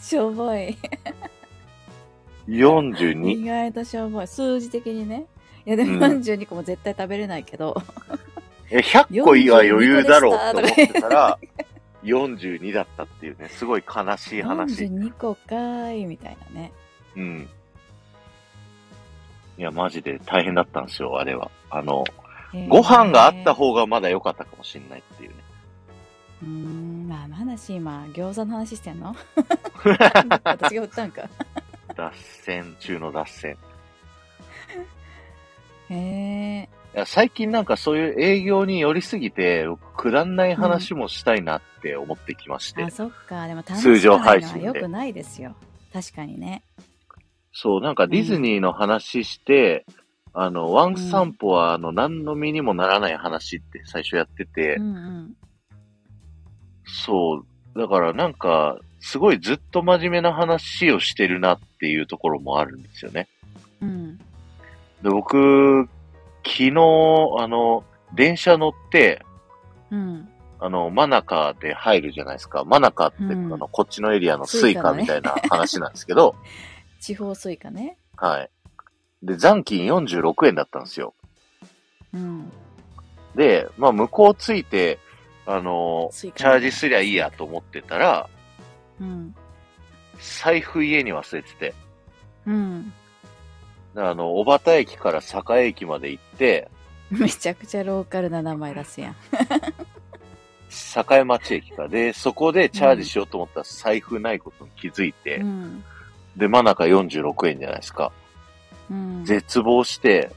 しょぼい。 42。意外としょぼい。数字的にね。いや、でもうん42個も絶対食べれないけど。え、100個は余裕だろうと42思ってたら、42だったっていうね、すごい悲しい話。 42個かーい、みたいなね。うん。いや、マジで大変だったんですよ、あれは。あの、へーご飯があった方がまだ良かったかもしれないっていうね。うーん、まあ、まだし、今、餃子の話して んの私が売ったんか。脱線中の脱線。へえ。いや最近なんかそういう営業に寄りすぎて、僕くだんない話もしたいなって思ってきまして。あ、そっか。でも、楽し通常くな配いの信はで良くないですよ。確かにね。そう、なんかディズニーの話して、あの、ワン散歩はあの、何の身にもならない話って最初やってて、うんうん。そう、だからなんか、すごいずっと真面目な話をしてるなっていうところもあるんですよね。うん。で、僕、昨日、あの、電車乗って、うん。あの、マナカで入るじゃないですか。マナカって、うんあの、こっちのエリアのススイイカカのねみたいな話なんですけど、地方スイカね。 はい。で、残金46円だったんですよ。うん。で、まあ、向こうついて、あの、スイカチャージすりゃいいやと思ってたら、うん。財布家に忘れてて、うん。であの、小畑駅から栄駅まで行って、めちゃくちゃローカルな名前出すやん。栄町駅か。で、そこでチャージしようと思ったら財布ないことに気づいて、うん。で、マナカ46円じゃないですか。うん。絶望して、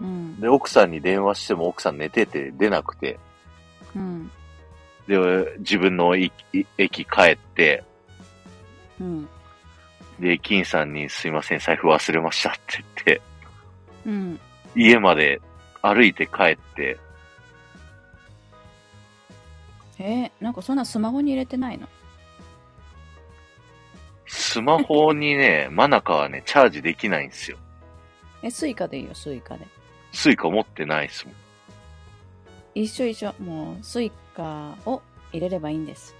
うん。で、奥さんに電話しても奥さん寝てて出なくて、うん。で、自分のいい駅帰って、うん。で、駅員さんにすいません、財布忘れましたって言って、うん。家まで歩いて帰って、えーなんかそんなスマホに入れてないのスマホにね、マナカはね、チャージできないんですよ。え、スイカでいいよ、スイカで。スイカ持ってないですもん。一緒一緒。もう、スイカを入れればいいんです。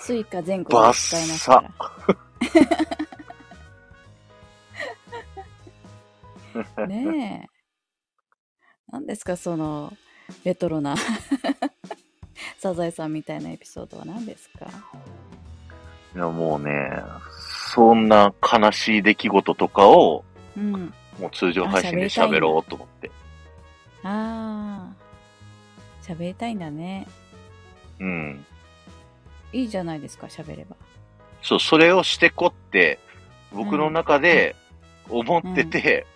スイカ全国で使えますから。ねえ。何ですか、その、レトロな、 サザエさんみたいなエピソードは何ですかいや、もうね、そんな悲しい出来事とかを、うん。もう通常配信で喋ろうと思って。ああ。喋りたいんだね。うん。いいじゃないですか、喋れば。そう、それをしてこって、僕の中で思ってて、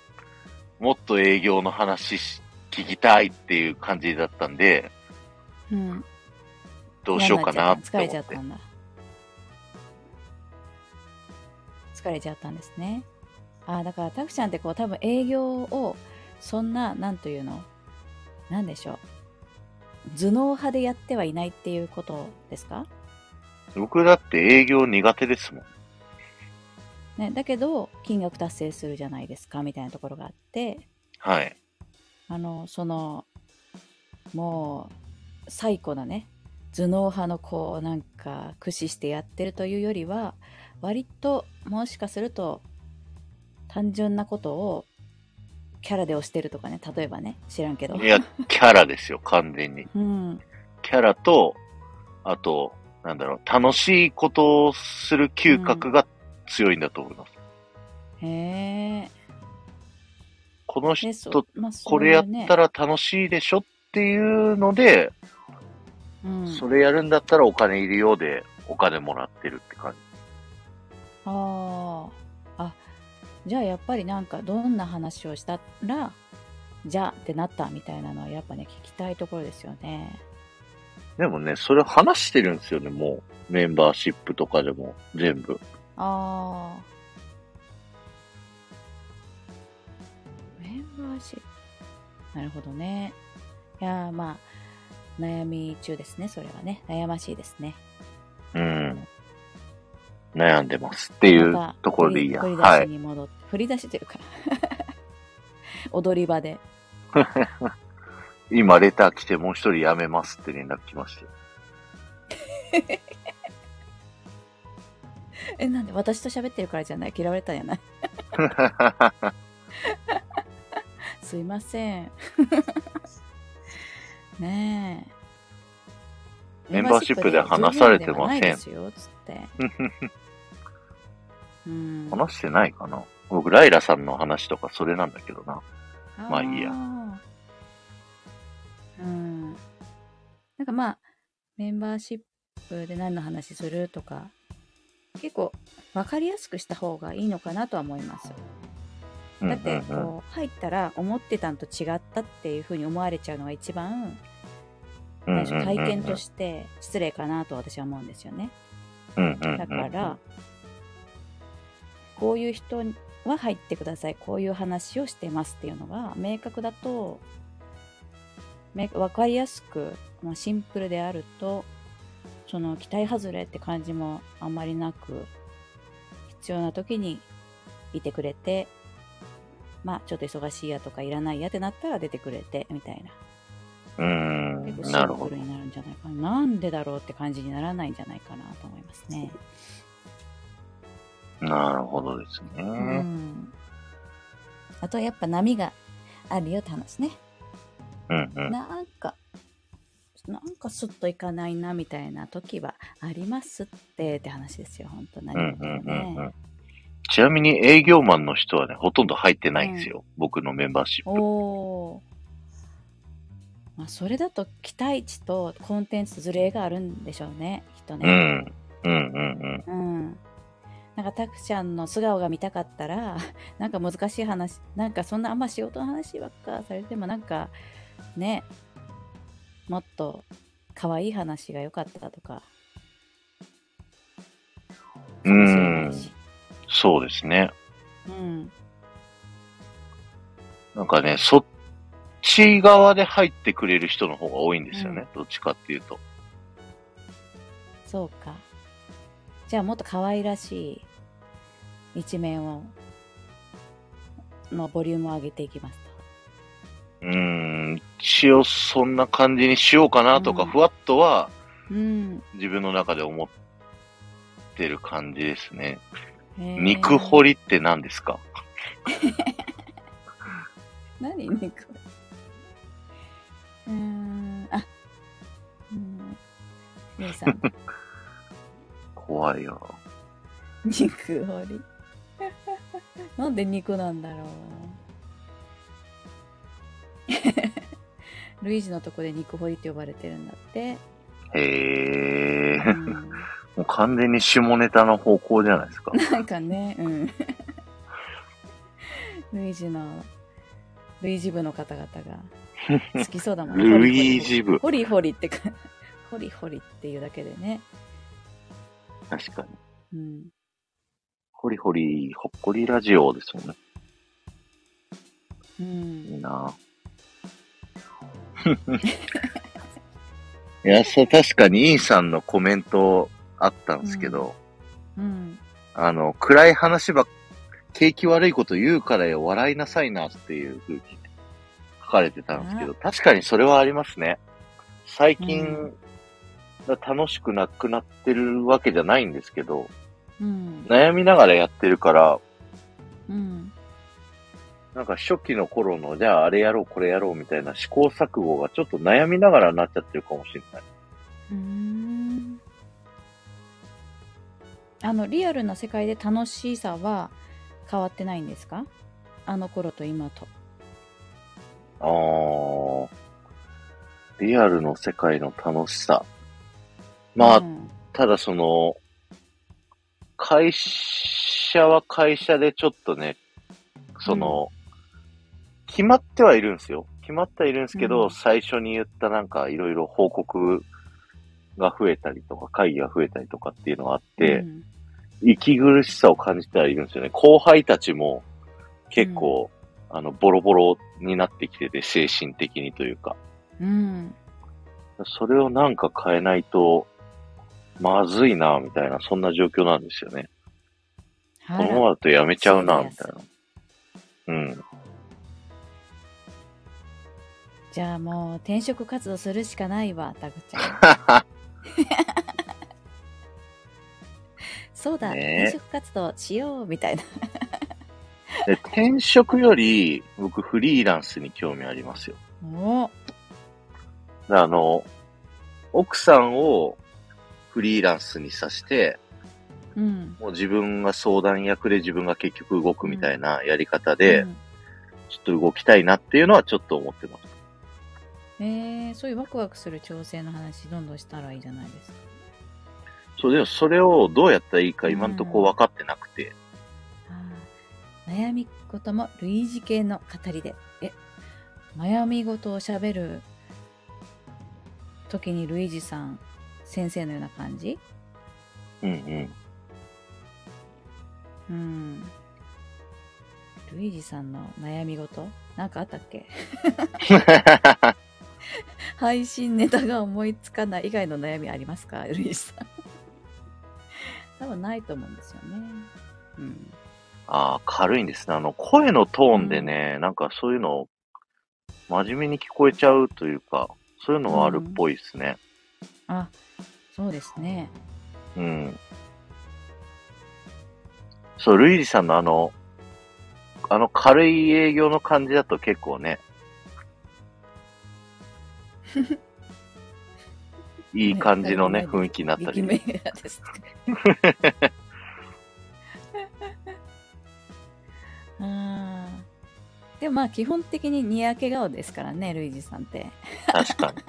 もっと営業の話し聞きたいっていう感じだったんで、うん。どうしようかなって疲思れちゃっったて。んだ。疲れちゃったんですね。ああ、だから、たくちゃんってこう、多分営業を、そんな、なんというの、なんでしょう。頭脳派でやってはいないっていうことですか僕だって営業苦手ですもん。ね、だけど、金額達成するじゃないですか、みたいなところがあって、はい。あの、その、もう、最古なね、頭脳派のこう、なんか、駆使してやってるというよりは、割と、もしかすると、単純なことを、キャラで押してるとかね、例えばね、知らんけど。いや、キャラですよ、完全に。うん。キャラと、あと、なんだろう、楽しいことをする嗅覚が強いんだと思います。へえ。このね人、そうまあ、これやったら、ら楽しいでしょっていうので、うん、それやるんだったらお金いるようで、お金もらってるって感じ。ああ。あ、じゃあやっぱりなんかどんな話をしたら、じゃあってなったみたいなのはやっぱね、聞きたいところですよね。でもね、それ話してるんですよね、もう。メンバーシップとかでも、全部。ああ。メンバーシップ。なるほどね。いやーまあ、悩み中ですね、それはね。悩ましいですね。うん。悩んでますっていうまたところでいいや。振りは振り出しい。に戻って、振り出しというか、 踊り場で。今、レター来てもう一人辞めますって連絡来まして。え、なんで私と喋ってるからじゃない嫌われたんやないすいません。 ねえ。メンバーシップで話されてません十分ではないですよ、つって。うん、話してないかな僕、ライラさんの話とかそれなんだけどな。まあいいやー。うん。なんかまあ、メンバーシップで何の話するとか、結構分かりやすくした方がいいのかなとは思いまうす。んだって、うんうんこう、入ったら思ってたんと違ったっていうふうに思われちゃうのが一番、うんう最んうん初体験として失礼かなと私は思うんですよね。うんうんうんだから、こういう人は入ってください、こういう話をしてますっていうのが明確だと、め分かりやすく、まあ、シンプルであると、その期待外れって感じもあんまりなく、必要な時にいてくれて、まあちょっと忙しいやとかいらないやってなったら出てくれて、みたいな。うん結構なるシンほプルど。になるんじゃないかな。なんでだろうって感じにならないんじゃないかなと思いますね。なるほどですうね。んあとはやっぱ波があるよって話ね。うんうん。なんか、なんかすっといかないなみたいな時はありますってって話ですよ、本当う何ん事うんもうんうんね。ちなみに営業マンの人はね、ほとんど入ってないんですよ。僕のメンバーシップ。おー。まあ、それだと期待値とコンテンツずれがあるんでしょうね、きっとうね。ん。うんうんうん。なんか、たくちゃんの素顔が見たかったら、 なんか難しい話、なんかそんなあんま仕事の話ばっかされても、なんか、ね、もっと可愛い話が良かったとか、う。かもしれなんういん。し。そうですね。うん。なんかね、そっち側で入ってくれる人の方が多いんですよね。どっちかっていうと。そうか。じゃあ、もっと可愛らしい一面を、のボリュームを上げていきますと。うーん。一応そんな感じにしようかなとか、うんふわっとはうん。自分の中で思ってる感じですね。へー肉掘りって何ですか何にこれうーんあうんゆうさ ん怖いよ。肉掘りなんで肉なんだろう ルイージのとこで肉掘りって呼ばれてるんだって、へう え。ん、もう完全に下ネタの方向じゃないですか。なんかねうん ルイージのルイージ部の方々が好きそうだもんね ルイージ部。ホリホリってか、ホリホリっていうだけでね。確かに。うん。ホリホリ、ほっこりラジオですもんね。ういいん。な ぁいや、そう、確かにインさんのコメントあったんですけど、うん。あの、暗い話ばっ、景気悪いこと言うからよ、笑いなさいなっていう風に書かれてたんですけど、確かにそれはありますね。最近、うん楽しくなくなってるわけじゃないんですけど、うん。悩みながらやってるから、うん。なんか初期の頃の、じゃああれやろう、これやろうみたいな試行錯誤がちょっと悩みながらになっちゃってるかもしれない。うん。あの、リアルな世界で楽しさは変わってないんですかあの頃と今と。あー。リアルの世界の楽しさ。まあ、うんただその、会社は会社でちょっとね、その、決まってはいるんですよ。決まってはいるんですけど、うん最初に言ったなんかいろいろ報告が増えたりとか、会議が増えたりとかっていうのがあって、うん息苦しさを感じてはいるんですよね。後輩たちも結構、あの、ボロボロになってきてて、精神的にというか。うん。それをなんか変えないと、まずいな、みたいな、そんな状況なんですよね。こはのままだとやめちゃうな、そうみですたいな。うん。じゃあもう転職活動するしかないわ、タグちゃん。そうだ、ねえ転職活動しよう、みたいな。で転職より、僕、フリーランスに興味ありますよ。おだあの、奥さんをフリーランスにさして、うん。もう自分が相談役で自分が結局動くみたいなやり方で、うんちょっと動きたいなっていうのはちょっと思ってます。えー、そういうワクワクする調整の話、どんどんしたらいいじゃないですか。そう、でもそれをどうやったらいいか今んとこ分かってなくて、あー悩み事も類似系の語りで。え、悩み事をしゃべる時に類似さん、先生のような感じうんうん。うん。ルイージさんの悩み事なんかあったっ け配信ネタが思いつかない以外の悩みありますかルイージさん。多分ないと思うんですよね。うん。ああ、軽いんですね。あの、声のトーンでね、なんかそういうの、真面目に聞こえちゃうというか、そういうのはあるっぽいですね。あ、そうですね。うん。そう、ルイリさんのあの、あの軽い営業の感じだと結構 ね、いい感じのね、ね雰囲気になった力り。メガですか。 あーでもまあ基本的ににやけ顔ですからね、ルイージさんって。確かに。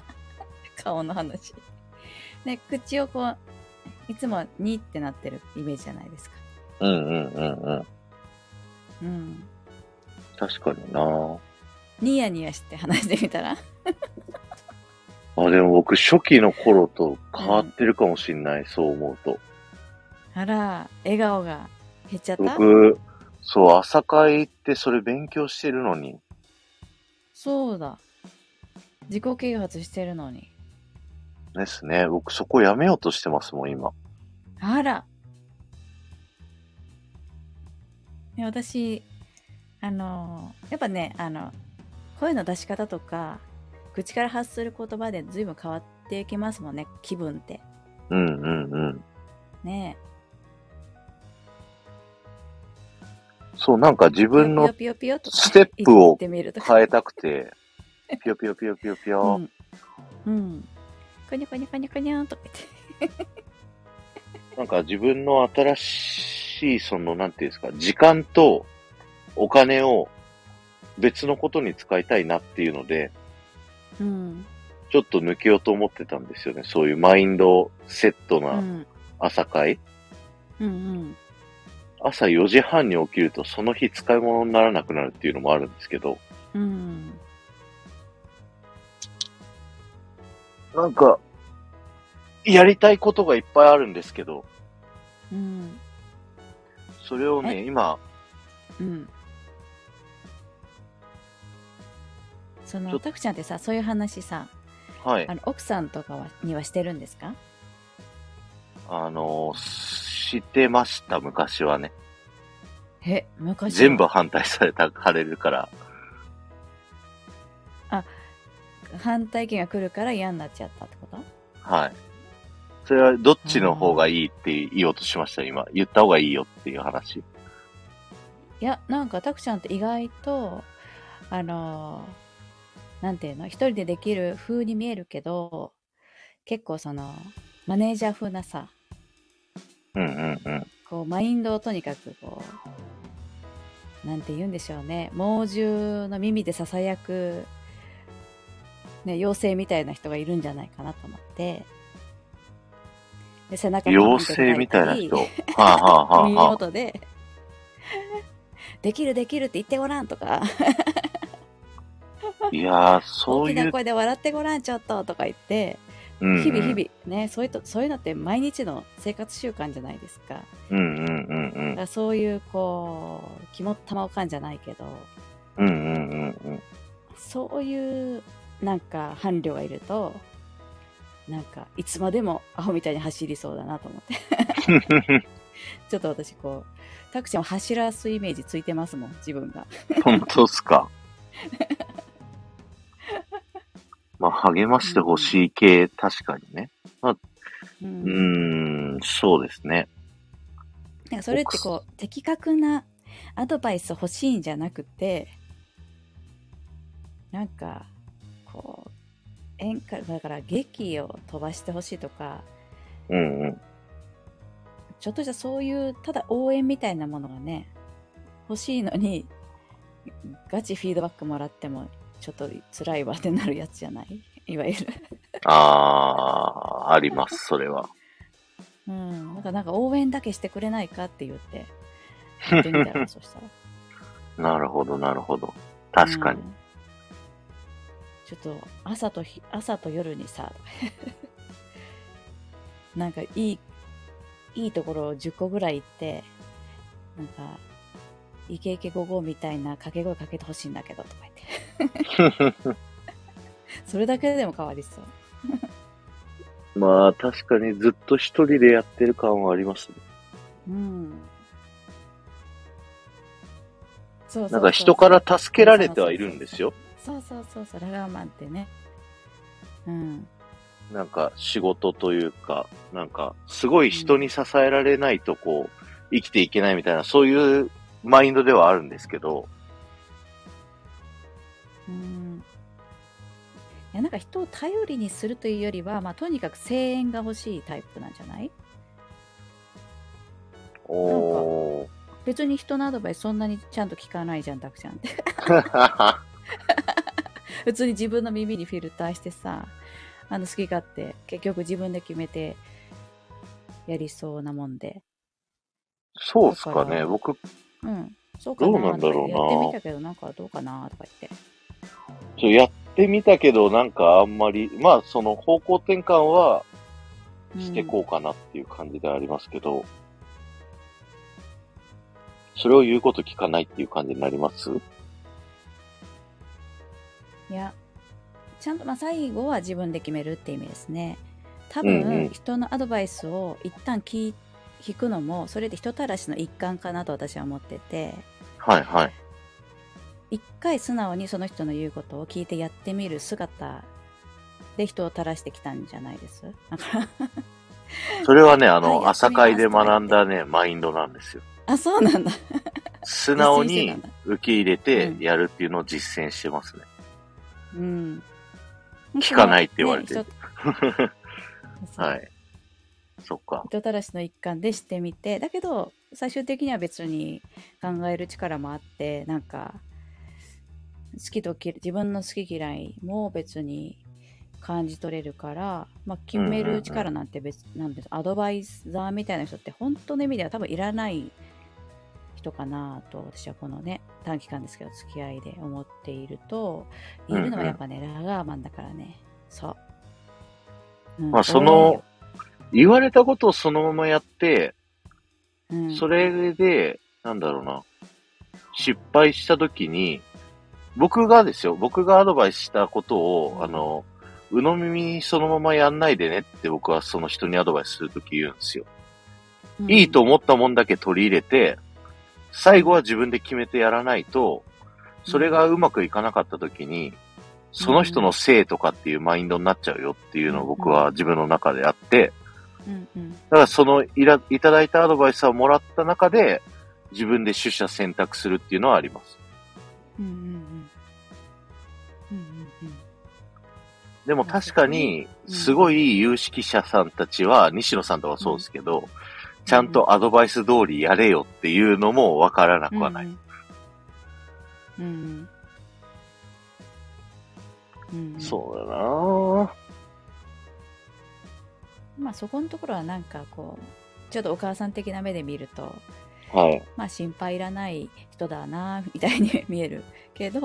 顔の話。ね、口をこう、いつもにってなってるイメージじゃないですか。うんうんうんうん。うん。確かになニヤニヤして話してみたら あ、でも僕、初期の頃と変わってるかもしんない、そう思うと。あら、笑顔が減っちゃった僕、そう、朝会行ってそれ勉強してるのに、そうだ。自己啓発してるのに。ですね。僕、そこやめようとしてますもん、今。あら。ね、私、あの、やっぱね、あの、声の出し方とか、口から発する言葉で随分変わってきますもんね、気分って。うんうんうん。ねそう、なんか自え。ピ分のヨピヨピヨとかステップを言ってみるとか。変えたくて、ぴよぴよぴよぴよぴうよ。ん。うん。こにゃこにゃこにゃこにゃんとか言って。なんか自分の新しい、その、なんていうんですか、時間とお金を別のことに使いたいなっていうので、うん。ちょっと抜けようと思ってたんですよね。そういうマインドセットう。なん朝会。うんうん。朝4時半に起きるとその日使い物にならなくなるっていうのもあるんですけど、うん。なんか、やりたいことがいっぱいあるんですけど、うん。それをね、今、うん。そちょの、っとたくちゃんってさ、そういう話さ、はい、あの、奥さんとかは、にはしてるんですかあのーしてました、昔はね。え、昔は全部反対された、されるから。反対意見が来るから嫌になっちゃったってことはい。それはどっちの方がいいって言おうとしました、今。言った方がいいよっていう話。いや、なんか、たくちゃんって意外と、あのーなんていうの、一人でできる風に見えるけど、結構その、マネージャー風なさ、うんうんうん。こう、マインドをとにかくこう、なんて言うんでしょうね、猛獣の耳で囁く、ね、妖精みたいな人がいるんじゃないかなと思って、で、背中妖精みたいな人。はあ、はあはあ耳はあ、元で、 できるできるって言ってごらんとか、いやー、そ大うきいなう、声で笑ってごらんちょっととか言って、うんうん日々日々、ね、そういうと、そういうのって毎日の生活習慣じゃないですか。うんうんうんうんだか。らそういうこう肝っ玉おかんじゃないけどうんうんうんうん。そういうなんか伴侶がいるとなんかいつまでもアホみたいに走りそうだなと思って ちょっと私こうタクちゃんを走らすイメージついてますもん自分が 本当っすか。まあ、励ましてほしい系、確かにね。ううんーん、そうですね。なんかそれってこう的確なアドバイス欲しいんじゃなくてなんかこう演歌だから劇を飛ばしてほしいとかうんうん。ちょっとしたそういうただ応援みたいなものがね欲しいのにガチフィードバックもらってもちょっと辛いわってなるやつじゃないいわゆる。あー、あります、それは。うん、なんかなんか応援だけしてくれないかって言って言ってみた らそしたら。なるほど、なるほど。確かにう。んちょっと朝とひ朝と夜にさ なんかいいいいところを10個ぐらい行ってなんかイケイケゴーゴーみたいな掛け声かけてほしいんだけどとか言って それだけでも変わりそ うまあ、確かにずっと一人でやってる感はありますね。うんそうそうそうなんか人から助けられてはいるんですよ。そうそうそうそうラガーマンってねうんなんか仕事というか、なんかすごい人に支えられないとこう、生きていけないみたいな、そういうマインドではあるんですけど、うんいやなんか人を頼りにするというよりは、まあ、とにかく声援が欲しいタイプなんじゃないお別に人のアドバイスそんなにちゃんと聞かないじゃんたくちゃんって ー。普通に自分の耳にフィルターしてさあの好き勝手結局自分で決めてやりそうなもんでそうっすかだかね。ら僕、ちょうんそうかなどうなんだろうなとかやってみたけどなんかどうかなとか言ってっとやってみたけど、なんかあんまり、まあその方向転換はしてこうかなっていう感じではありますけど、それを言うこと聞かないっていう感じになりますいや、ちゃんと、まあ、最後は自分で決めるって意味ですね。多分、うんうん人のアドバイスを一旦聞い聞くのも、それで人たらしの一環かなと私は思ってて、はいはい。一回素直にその人の言うことを聞いてやってみる姿で人をたらしてきたんじゃないです。だ から、それはね、あはいやってみの、ます朝会で学んだね、マインドなんですよ。 あ、そうなんだ。素直実践してたにんだ受け入れてうんやるっていうのを実践してますね。 うん。聞かないって言われてるね人はい。そっか。人たらしの一環でしてみてだけど最終的には別に考える力もあってなんか好きとき自分の好き嫌いも別に感じ取れるから、まあ、決める力なんて別、なんですアドバイザーみたいな人って本当の意味では多分いらない人かなと私はこのね短期間ですけど付き合いで思っているといるのはやっぱね、ラガーマンだからねそう、うんまあ、その、、言われたことをそのままやって、うんそれで、なんだろうな、失敗したときに、僕がですよ、僕がアドバイスしたことを、あの、鵜呑みにそのままやんないでねって僕はその人にアドバイスするとき言うんですよ。うんいいと思ったもんだけ取り入れて、最後は自分で決めてやらないと、それがうまくいかなかった時に、その人のせいとかっていうマインドになっちゃうよっていうのを僕は自分の中であって、うんうんだからそのいらいただいたアドバイスをもらった中で、自分で取捨選択するっていうのはあります。うんうんうんうんうんうんでも確かに、すごい有識者さんたちは、西野さんとかそうですけど、ちゃんとアドバイス通りやれよっていうのもわからなくはない。うんうんうんうんそうだなぁ。まあそこのところはなんかこうちょっとお母さん的な目で見るとはい。まあ心配いらない人だなみたいに見えるけど、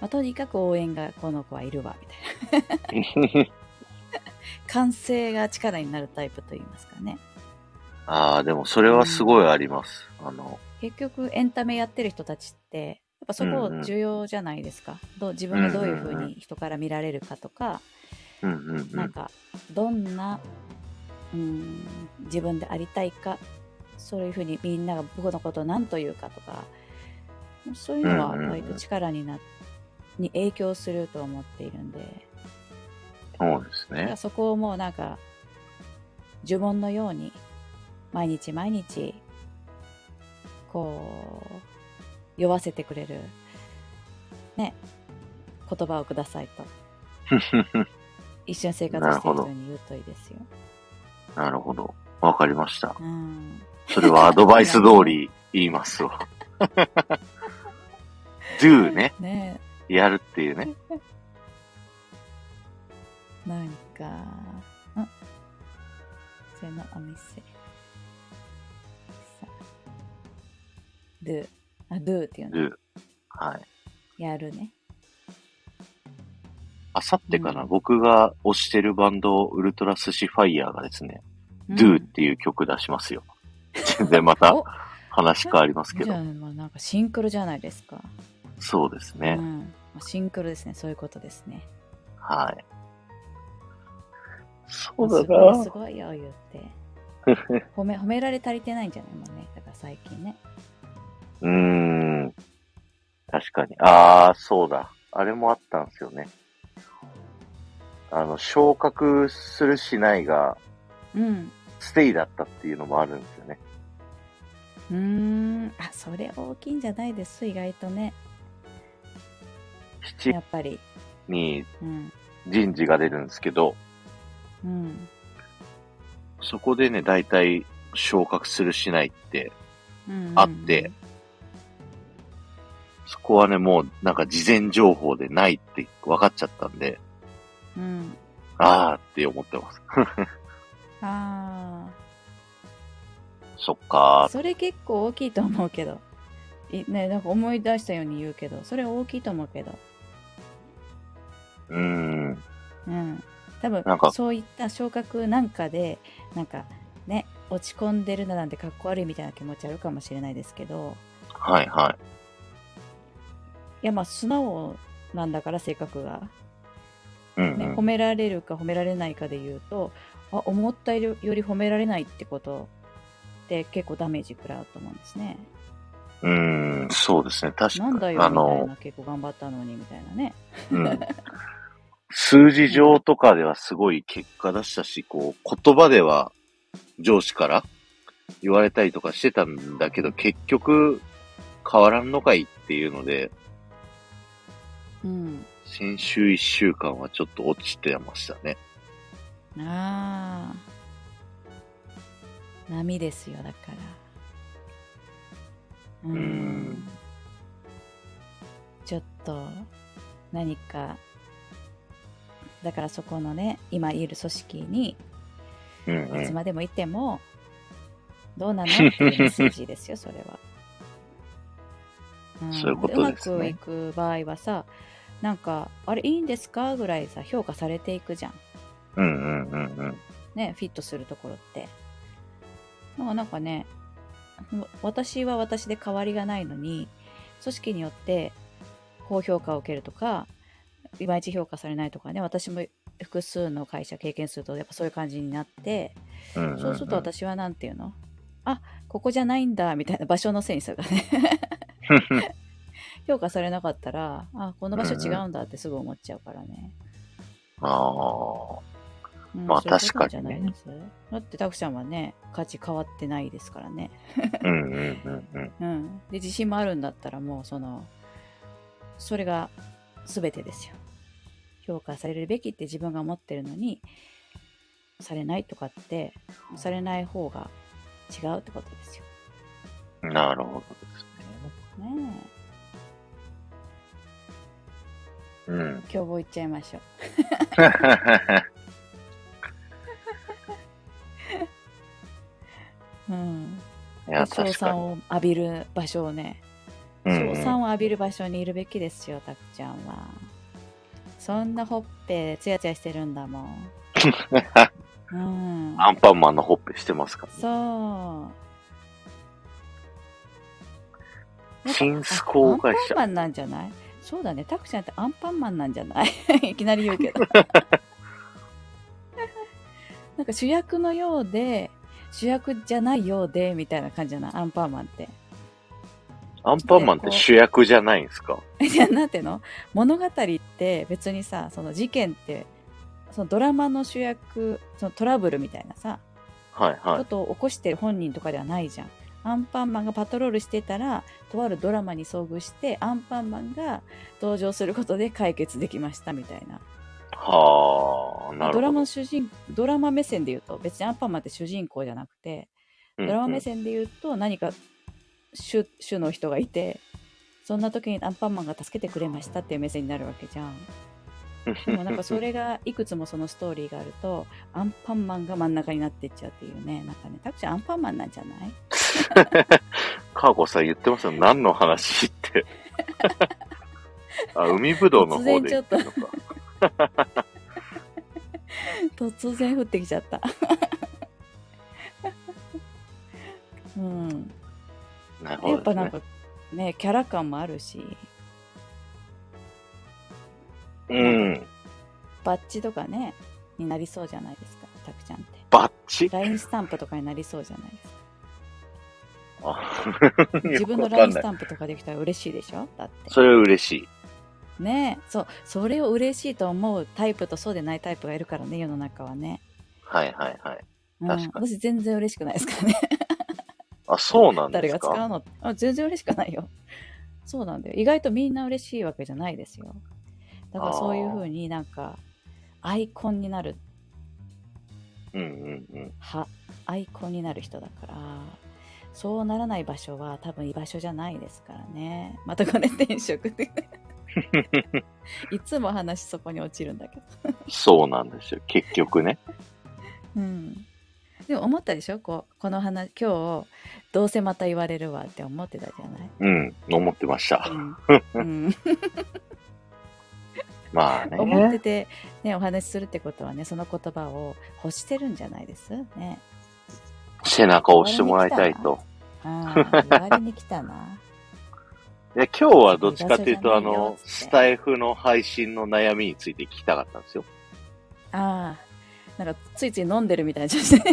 まあ、とにかく応援がこの子はいるわみたいな感性が力になるタイプといいますかねああ、でもそれはすごいあります。あの、結局エンタメやってる人たちってっぱそこうんうん重要じゃないですか、どう自分がどういうふうんううんうに人から見られるかとか、うんうんうん。なんかどんな、うん、自分でありたいかそういうふうにみんなが僕のことを何と言うかとかそういうのはうんうんうん割と力になに影響すると思っているんでそうですだかね ら。そこをもうなんか呪文のように毎日毎日こう酔わせてくれるね言葉をくださいと一緒に生活している人に言うといいですよ。なるほど。わかりました。うんそれはアドバイス通り言いますわ。do ね。ねやるっていうね。えなんかんそれのお店さ do あ do っていうの do。はい。やるねあさってかな、うん僕が推してるバンド、ウルトラスシファイヤーがですね、うん Do っていう曲出しますよ。全然またお話変わりますけじゃどあ、。まあ、なんかシンクロじゃないですか、そうですうね。んまあシンクロですねそういうことですねはい。そうだまあなす。ごいすごいよ言って 褒め褒められ足りてないんじゃないもんねだから最近ねうーん。確かに。ああ、そうだ。あれもあったんですよね。あの、昇格するしないが、うんステイだったっていうのもあるんですよね。うーんあそれ大きいんじゃないです意外とね7やっぱりにうん人事が出るんですけど、うんそこでね、大体昇格するしないって、うんあってそこはね、もうなんか事前情報でないって分かっちゃったんで、うん、あーって思ってます。あそっあかそれ結構大きいと思うけどいねなんか思い出したように言うけどそれ大きいと思うけどー。うーん。うん多分なんかそういった昇格なんかでなんかね落ち込んでるななんてかっこ悪いみたいな気持ちあるかもしれないですけどはいはいやまあ素直なんだから性格が、。うん、うね、ん褒められるか褒められないかで言うとあ思ったより褒められないってことって結構ダメージ食らうと思うんですね。うーん、そうですね。確かなんだよあみたいの、な結構頑張ったのにみたいなね。うん。数字上とかではすごい結果出したし、こう、言葉では上司から言われたりとかしてたんだけど、結局変わらんのかいっていうので、うん、先週一週間はちょっと落ちてましたね。ああ波ですよだからうーんうーんちょっと何かだからそこのね今いる組織にうんういつん。までもいても、どうなのっていうメッセージですよそれは、んそういうことですねうまくいく場合はさなんかあれいいんですかぐらいさ評価されていくじゃんうんうんうんうん。ね、フィットするところって。なんかなんかね、わ私は私で変わりがないのに、組織によって高評価を受けるとか、いまいち評価されないとかね、私も複数の会社経験すると、やっぱそういう感じになって、うんんんそうすると。私はなんていうのあ、ここじゃないんだ、みたいな場所のせいにするからね。評価されなかったら、あ、この場所違うんだってすぐ思っちゃうからね。ああ。うんまあそういうこと確かじゃになねいですだってタクちゃんはね価値変わってないですからね、うんうんうんうん。うん、で自信もあるんだったらもうそのそれが全てですよ評価されるべきって自分が思ってるのにされないとかってされない方が違うってことですよなるほどですね。ねえうん。 凶暴いっちゃいましょううんいでや、賞確か賛に。を浴びる場所をねうん賞賛を浴びる場所にいるべきですよ、たくちゃんは。そんなほっぺ、つやつやしてるんだもん。うん。 アンパンマンのほっぺしてますからね。そう。新ス公開アンパンマ者。ンなんじゃないそうだね。タクちゃんってアンパンマンなんじゃない いきなり言うけど。 なんか主役のようで、主役じゃないようで、みたいな感じじゃないアンパンマンって。アンパンマンって主役じゃないんですか いやなんていうの物語って別にさ、その事件って、そのドラマの主役、そのトラブルみたいなさ、はいはこい。とを起こしてる本人とかではないじゃん。アンパンマンがパトロールしてたら、とあるドラマに遭遇して、アンパンマンが登場することで解決できましたみたいな。はあ、なるドほラどマの。主人、ドラマ目線で言うと、別にアンパンマンって主人公じゃなくて、うんうんドラマ目線で言うと何か主主の人がいて、そんな時にアンパンマンが助けてくれましたっていう目線になるわけじゃん。でもなんかそれがいくつもそのストーリーがあると、アンパンマンが真ん中になっていっちゃうっていうね。なんかね、タクちゃんアンパンマンなんじゃない カーコさん言ってますよ。何の話 って。あ、海ぶどうの方で言ってるのか。突然降ってきちゃった。 うん。なるほやっぱどでなすんね。かね、キャラ感もあるし、うん。バッジとかね、になりそうじゃないですか、たくちゃんって。バッチラインスタンプとかになりそうじゃないですか。あ 自よく分のわラかインんなスい。タンプとかできたら嬉しいでしょだって。それは嬉しい。ねえそう、それを嬉しいと思うタイプとそうでないタイプがいるからね、世の中はね。はいはいはい。うん、確かに私全然嬉しくないですか らね。あ、そうなんで誰すが使かうのってあ全然嬉しくないよ。そうなんだよ。意外とみんな嬉しいわけじゃないですよ。だからそういうふうになんか、アイコンになるうんうんうん。はアイコンになる人だからそうならない場所は多分居場所じゃないですからねまたこれ転 職でいつも話そこに落ちるんだけど、そうなんですよ。結局ね。うん、でも思ったでしょこうこの話今日どうせまた言われるわって思ってたじゃないうん。思ってました。 うん、うん、まあね。思ってて、ね、お話しするってことはねその言葉を欲してるんじゃないですね背中を押してもらいたいと。あ あ言われに来たないや、今日はどっちかっていうと、あ居場所じゃないよのっ、つってスタイフの配信の悩みについて聞きたかったんですよ。ああなんかついつい飲んでるみたいな調子で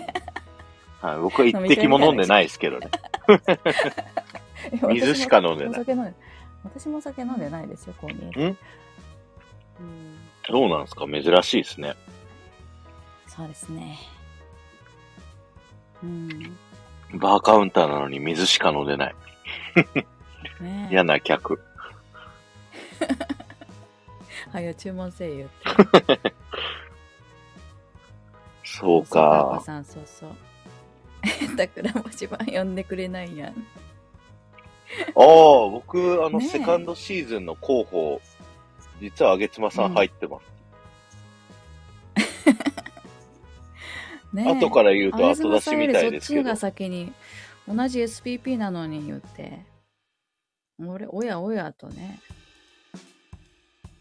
はい、僕は一滴も飲んでないですけどね。水しか飲んでない私もお酒飲んで私もお酒飲んでないですよ、こう見える。んうんどうなんですか珍しいですね。そうですね。うん。バーカウンターなのに水しか飲んでない。ねえ嫌な客。はいよ、注文せえよって。そうパパか。さん、そうそう。だから、もしば呼んでくれないやん。ああ、僕、あの、ねえセカンドシーズンの候補、実はあげつまさん入ってます。ねえ後から言うとあ後出しみたいですけそっちがど。先に、同じ SPP なのに言って。俺、おやおやとね。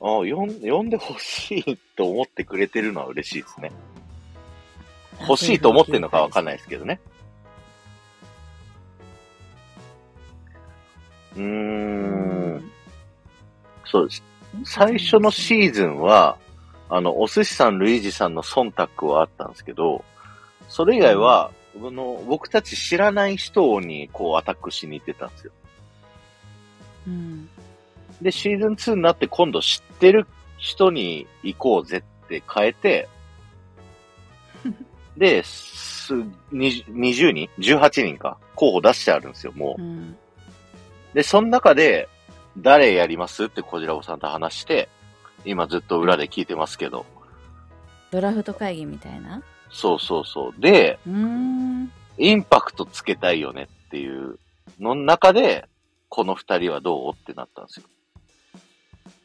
ああ、よん呼んでほしいと思ってくれてるのは嬉しいですね。欲しいと思ってるのかわかんないですけどね。うー、うんん。そうです。最初のシーズンは、あの、お寿司さん、ルイージさんの忖度はあったんですけど、それ以外は、あの僕たち知らない人にこうアタックしに行ってたんですよ。うん。で、シーズン2になって今度知ってる人に行こうぜって変え て、で、す20 20人 ?18 人か。候補出してあるんですよ、もうう。ん。で、その中で、誰やりますって小白さんと話して、今ずっと裏で聞いてますけど。ドラフト会議みたいなそうそうそう。で、うーん。インパクトつけたいよねっていうの中で、この二人はどうってなったんですよ。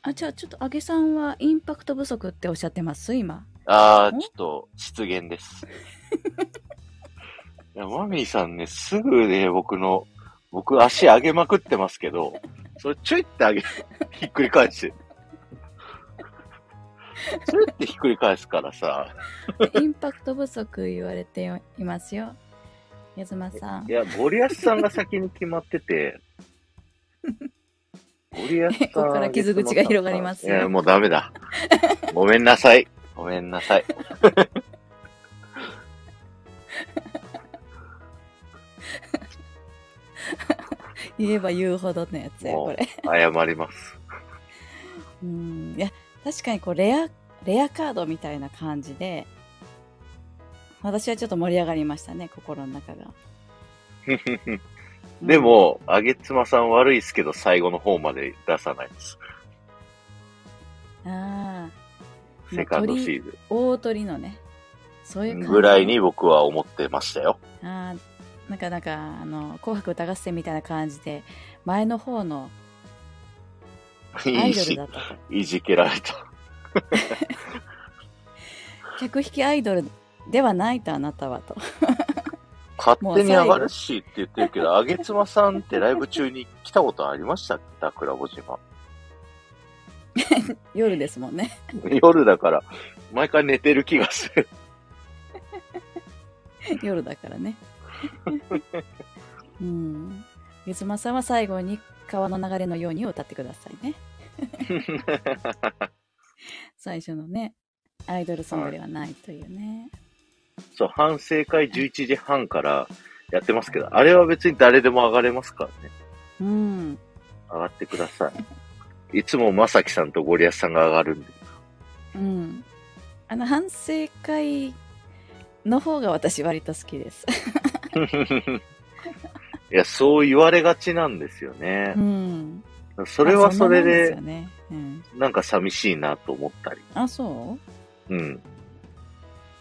あ、じゃあちょっと、あげさんはインパクト不足っておっしゃってます今。あー、んちょっと、失言です。いや、マミーさんね、すぐね、僕の、僕足上げまくってますけど、それちょいって上げ、ひっくり返して。ちょいってひっくり返すからさ、インパクト不足言われていますよ。矢妻さん い。や、ゴリアスさんが先に決まってて、ゴリアスさんここから傷口が広がりますいよや、もうダメだ。ごめんなさい。ごめんなさい。言えば言うほどのやつや、これ。謝ります。うん。いや、確かにこう、レア、レアカードみたいな感じで、私はちょっと盛り上がりましたね、心の中が。うんで、も、あげつまさん悪いっすけど、最後の方まで出さないです。ああ、セカンドシーーズ大鳥のね、そういうン感じぐらいに僕は思ってましたよ。あーなんかなんかあの「紅白歌合戦」みたいな感じで前の方のアいイいドルしだっ、たといじけられた。客引きアイドルではないとあなたはと勝手に上がるしって言ってるけど、あげつまさんってライブ中に来たことありましたっけ桜子島。夜ですもんね夜だから、毎回寝てる気がする。夜だからね うんゆずまさんは最後に「川の流れのように」を歌ってください ね最初のねアイドルソングではないというね、そう、反省会11時半からやってますけど、あれは別に誰でも上がれますからね。うん上がってください。いつもまさきさんとゴリアスさんが上がるんで。うんあの反省会の方が私割と好きですいや、そう言われがちなんですよねう。ん、それはそれあでそ、んなもんですよねうん、なんか寂しいなと思ったり。あそうん。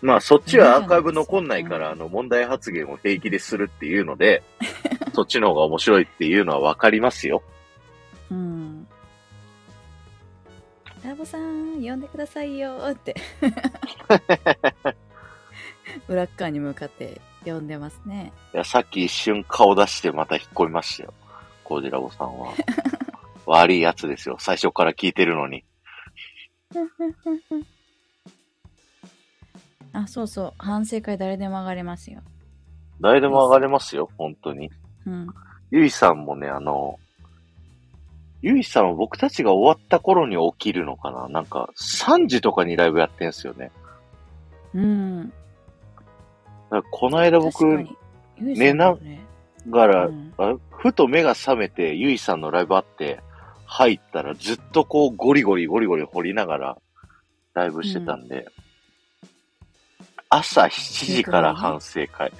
まあ、そっちはアーカイブ残んないかうら、んあの、問題発言を平気でするっていうので、 そっちの方が面白いっていうのはわかりますよ。ううんラボさん呼んでくださいよって裏っ側に向かって呼んでますねいや、さっき一瞬顔出してまた引っ込みましたよ。コージラボさん は。悪いやつですよ。最初から聞いてるのに。あそうそう反省会誰でも上がれますよ誰でも上がれますよ、本当に。うんゆいさんもね、あの、ゆいさんは僕たちが終わった頃に起きるのかななんか、3時とかにライブやってんすよね。うんだからこの間僕確かにゆいさんもねがうら、んあふと目が覚めて、ゆいさんのライブあって、入ったらずっとこうゴリゴリゴリゴリ掘りながらライブしてたんで、朝7時から反省会、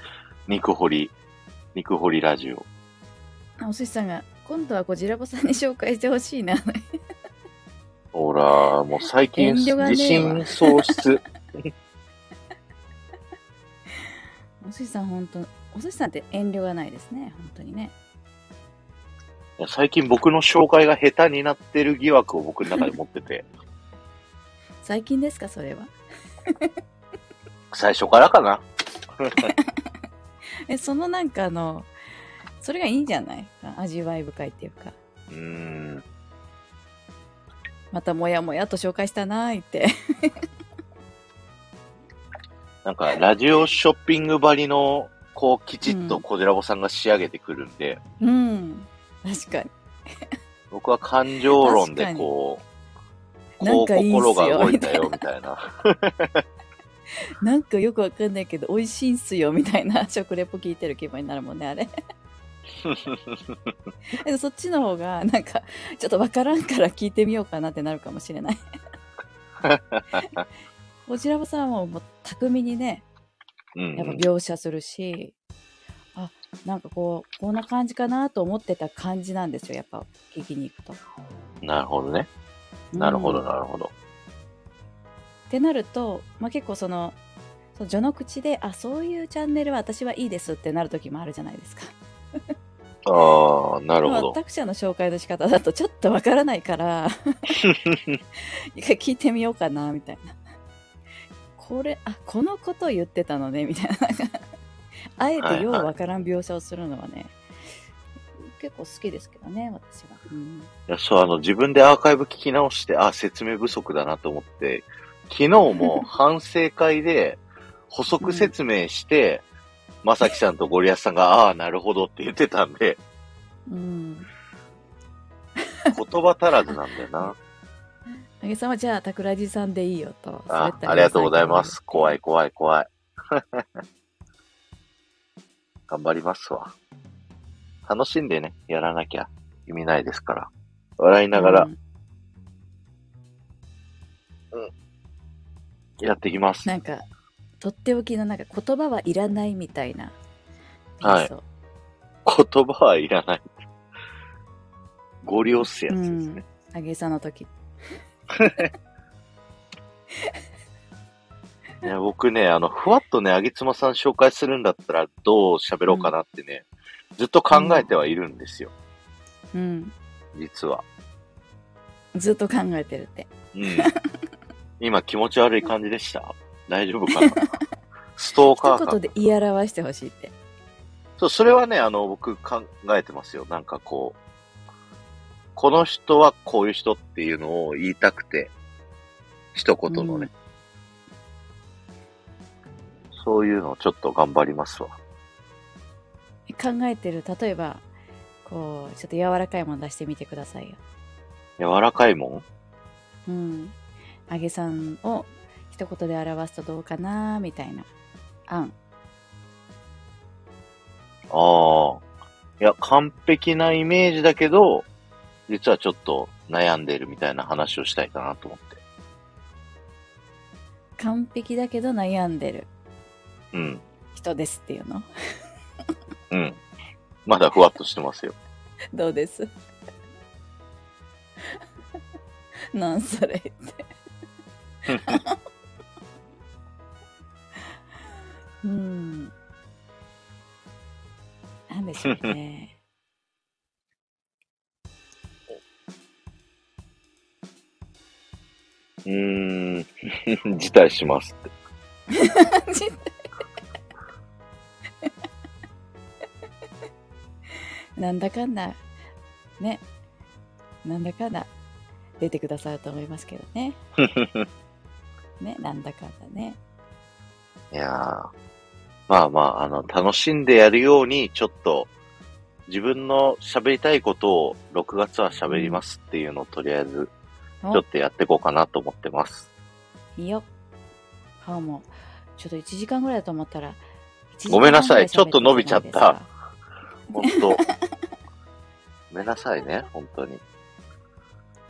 肉掘り、肉掘りラジオ。あお寿司さんが今度はゴジラボさんに紹介してほしいなほら、もう最近遠慮がね自え信わ喪失。お寿司さん本当お寿司さんって遠慮がないですね本当にねいや最近僕の紹介が下手になってる疑惑を僕の中で持って て、最近ですかそれは最初からか な。えそのなんかあのそれがいいんじゃない味わい深いっていうかうーん。またもやもやと紹介したなーいってなんか、ラジオショッピングばりの、こう、きちっと小寺ラボさんが仕上げてくるんで、うん確かに僕は感情論確かでにこう、なこんうかいいっす心よが動いたよみたいな。なんかよくわかんないけど美味しいんすよみたいな 食レポ聞いてる気分になるもんねあれえそっちの方がなんかちょっとわからんから聞いてみようかなってなるかもしれないこちらもさんはもう巧みにね うんやっぱ描写するし、あなんかこうこんな感じかなと思ってた感じなんですよやっぱ聞きに行くと。なるほどね。なるほど、うんっなるほど。てなると、まあ、結構そのその序の口であそういうチャンネルは私はいいですってなる時もあるじゃないですか。ああ、なるほど。作者の紹介の仕方だとちょっとわからないから 一回聞いてみようかなみたいな。これあこのこと言ってたのねみたいななんかあはえいはていようわからん描写をするのはね、結構好きですけどね私は、うんいやそう、あの、自分でアーカイブ聞き直して、あ、説明不足だなと思って、昨日も 反省会で補足説明して、まさきさんとゴリアスさんが、ああ、なるほどって言ってたんで、うん言葉足らずなんだよ な。あげさんはじゃあ、桜地さんでいいよと。滑あっ、たありがとうございまさす。怖い怖い怖い。 頑張りますわ。楽しんでね、やらなきゃ意味ないですから。笑いん。ながらうんやっていきます。なんか、とっておきの、なんか言葉はいらないみたいな。はいそう言葉はいらない。ゴリ押すやつですね。あげさんの時。ね、僕ね、あの、ふわっとね、あげつまさん紹介するんだったらどう喋ろうかなってね、ずっと考えてはいるんですよ、うん。実は。ずっと考えてるって。 うん。今気持ち悪い感じでした大丈夫かなストーカー一感言で言い表してほしいって。そう、それはね、あの、僕考えてますよ。なんかこう、この人はこういう人っていうのを言いたくて、一言のね、そういうのをちょっと頑張りますわ。考えてる例えばこうちょっと柔らかいもの出してみてくださいよ。柔らかいもんうん。揚げさんを一言で表すとどうかなみたいな案。ああ。いや、完璧なイメージだけど、実はちょっと悩んでるみたいな話をしたいかなと思って。完璧だけど悩んでるうん。人ですっていうの。うん。まだふわっとしてますよ。どうですなんそれって。うん。なんでしょうね。うーん。 辞退しますって。なんだかんだねなんだかんだ出てくださると思いますけどねねなんだかんだねいやーまあまあ、あの、楽しんでやるように、ちょっと、自分の喋りたいことを6月は喋りますっていうのをとりあえず、おちょっとやっていこうかなと思って ます。いいよ顔もちょっと1時間ぐらいだと思ったらごめんなさいちょっと伸びちゃった1時間ぐらい喋ってたじゃないですかほんと。ごめんなさいね、本当に。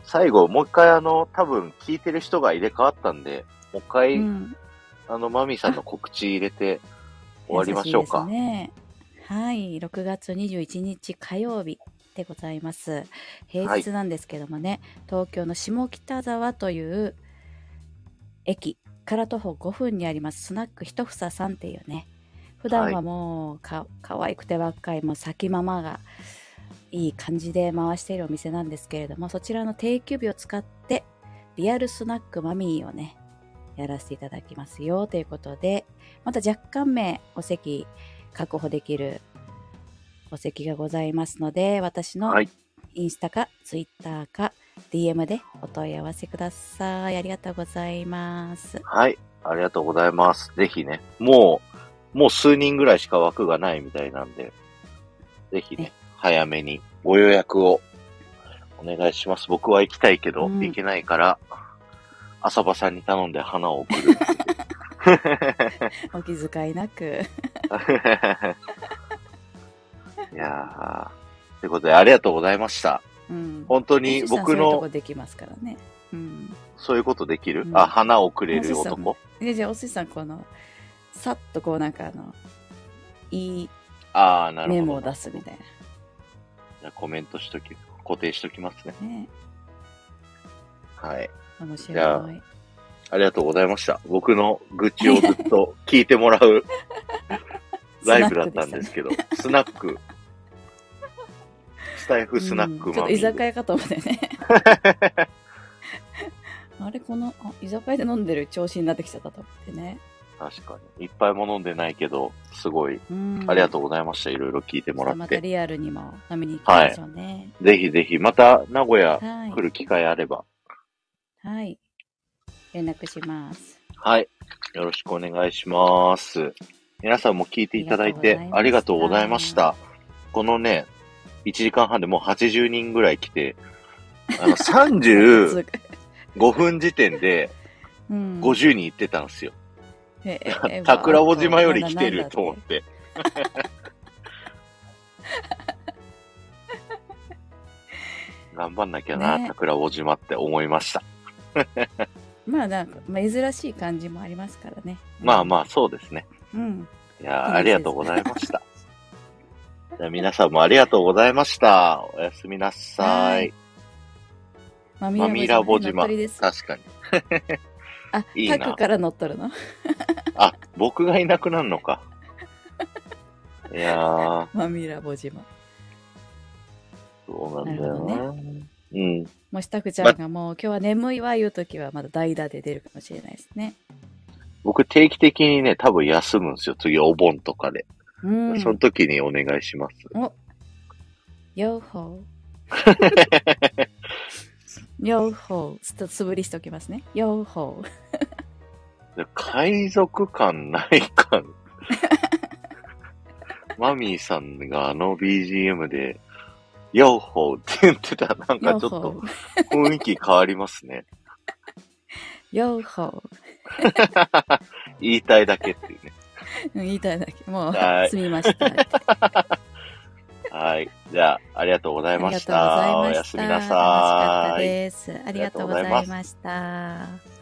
最後、もう一回あの、多分聞いてる人が入れ替わったんで、もう一回、うん、あの、マミーさんの告知入れて終わりましょうか優。いですねはい6月21日火曜日でございます平日なんですけどもね、東京の下北沢という駅から徒歩5分にありますスナックひとふささんっていうね普段はもうか,、可愛くて若いもう先ママがいい感じで回しているお店なんですけれどもそちらの定休日を使ってリアルスナックマミーをねやらせていただきますよということでまた若干名お席確保できるお席がございますので私のはいインスタかツイッターか DM でお問い合わせくださいありがとうございます はい。ありがとうございます。ぜひね、もう、もう数人ぐらいしか枠がないみたいなんで、ぜひねね、早めにご予約をお願いします。僕は行きたいけど、うん行けないから、浅場さんに頼んで花を送 る。お気遣いなくいやー。ということで、ありがとうございました。うん本当編に集さん僕そういうとのこ、できますからねうんそういうことできる、うんあ、花をくれる編集さん男もでじゃあお寿司さんこのさっとこうなんかあのいいああ、なるほメど。モを出すみたいじゃあコメントしとき、固定しときますね。なねはい。面白いじゃあありがとうございました。僕の愚痴をずっと聞いてもらう ライブだったんですけど、スナック。スタイフスナッうクんちょっマとミ居ー酒屋かと思ってね あれこのあ居酒屋で飲んでる調子になってきちゃったと思ってね、確かに。いっぱいも飲んでないけど、すごい、うん、ありがとうございました。いろいろ聞いてちょもっらとっまたて。リアルにも飲みに行きましょうね。ぜひぜひ、また名古屋はい。来る機会あれば、はい。連絡します。はい。よろしくお願いします。皆さんも聞いていただいてあありりががととううごござざいいままししたた。このね、1時間半でもう80人ぐらい来て、あの、35分時点でうん、 50人行ってたんですよ。ええ え桜尾島より来てると思 って。頑張んなきゃな、ね桜尾島って思いました。まあなんか、まあ、珍しい感じもありますからね。まあまあ、そうですね。あ。うん。いやーいあいでりがすとうございま した。じゃあ皆さんもありがとうございました。おやすみなさはいい。ママミラボ乗っ島。取りです確かに。あ、いいタなクから乗っ取るの あ、僕がいなくなるのか。いやー、マミラボ島。そうなんだよなるな。うん。もしタクちゃんがもう今日は眠いわ言うときはまだ代打で出るかもしれないですね。僕定期的にね、多分休むんですよ。次お盆とかで。うん。その時にお願いします。お、ヨーホー。ヨーホー。ちょっと素振りしておきますね。ヨーホー。で海賊感ない 感。マミーさんがあの BGM で、ヨッホーって言ってたらなんかヨちーょっホとー。雰囲気変わりますね。ヨーホー。言いたいだけっていうね。うん言いたいだけ。もうは、い済みました。はい。じゃあ、ありがとうございました。ありがとうございおやました。すみな楽しかさったい。です。ありがとうございました。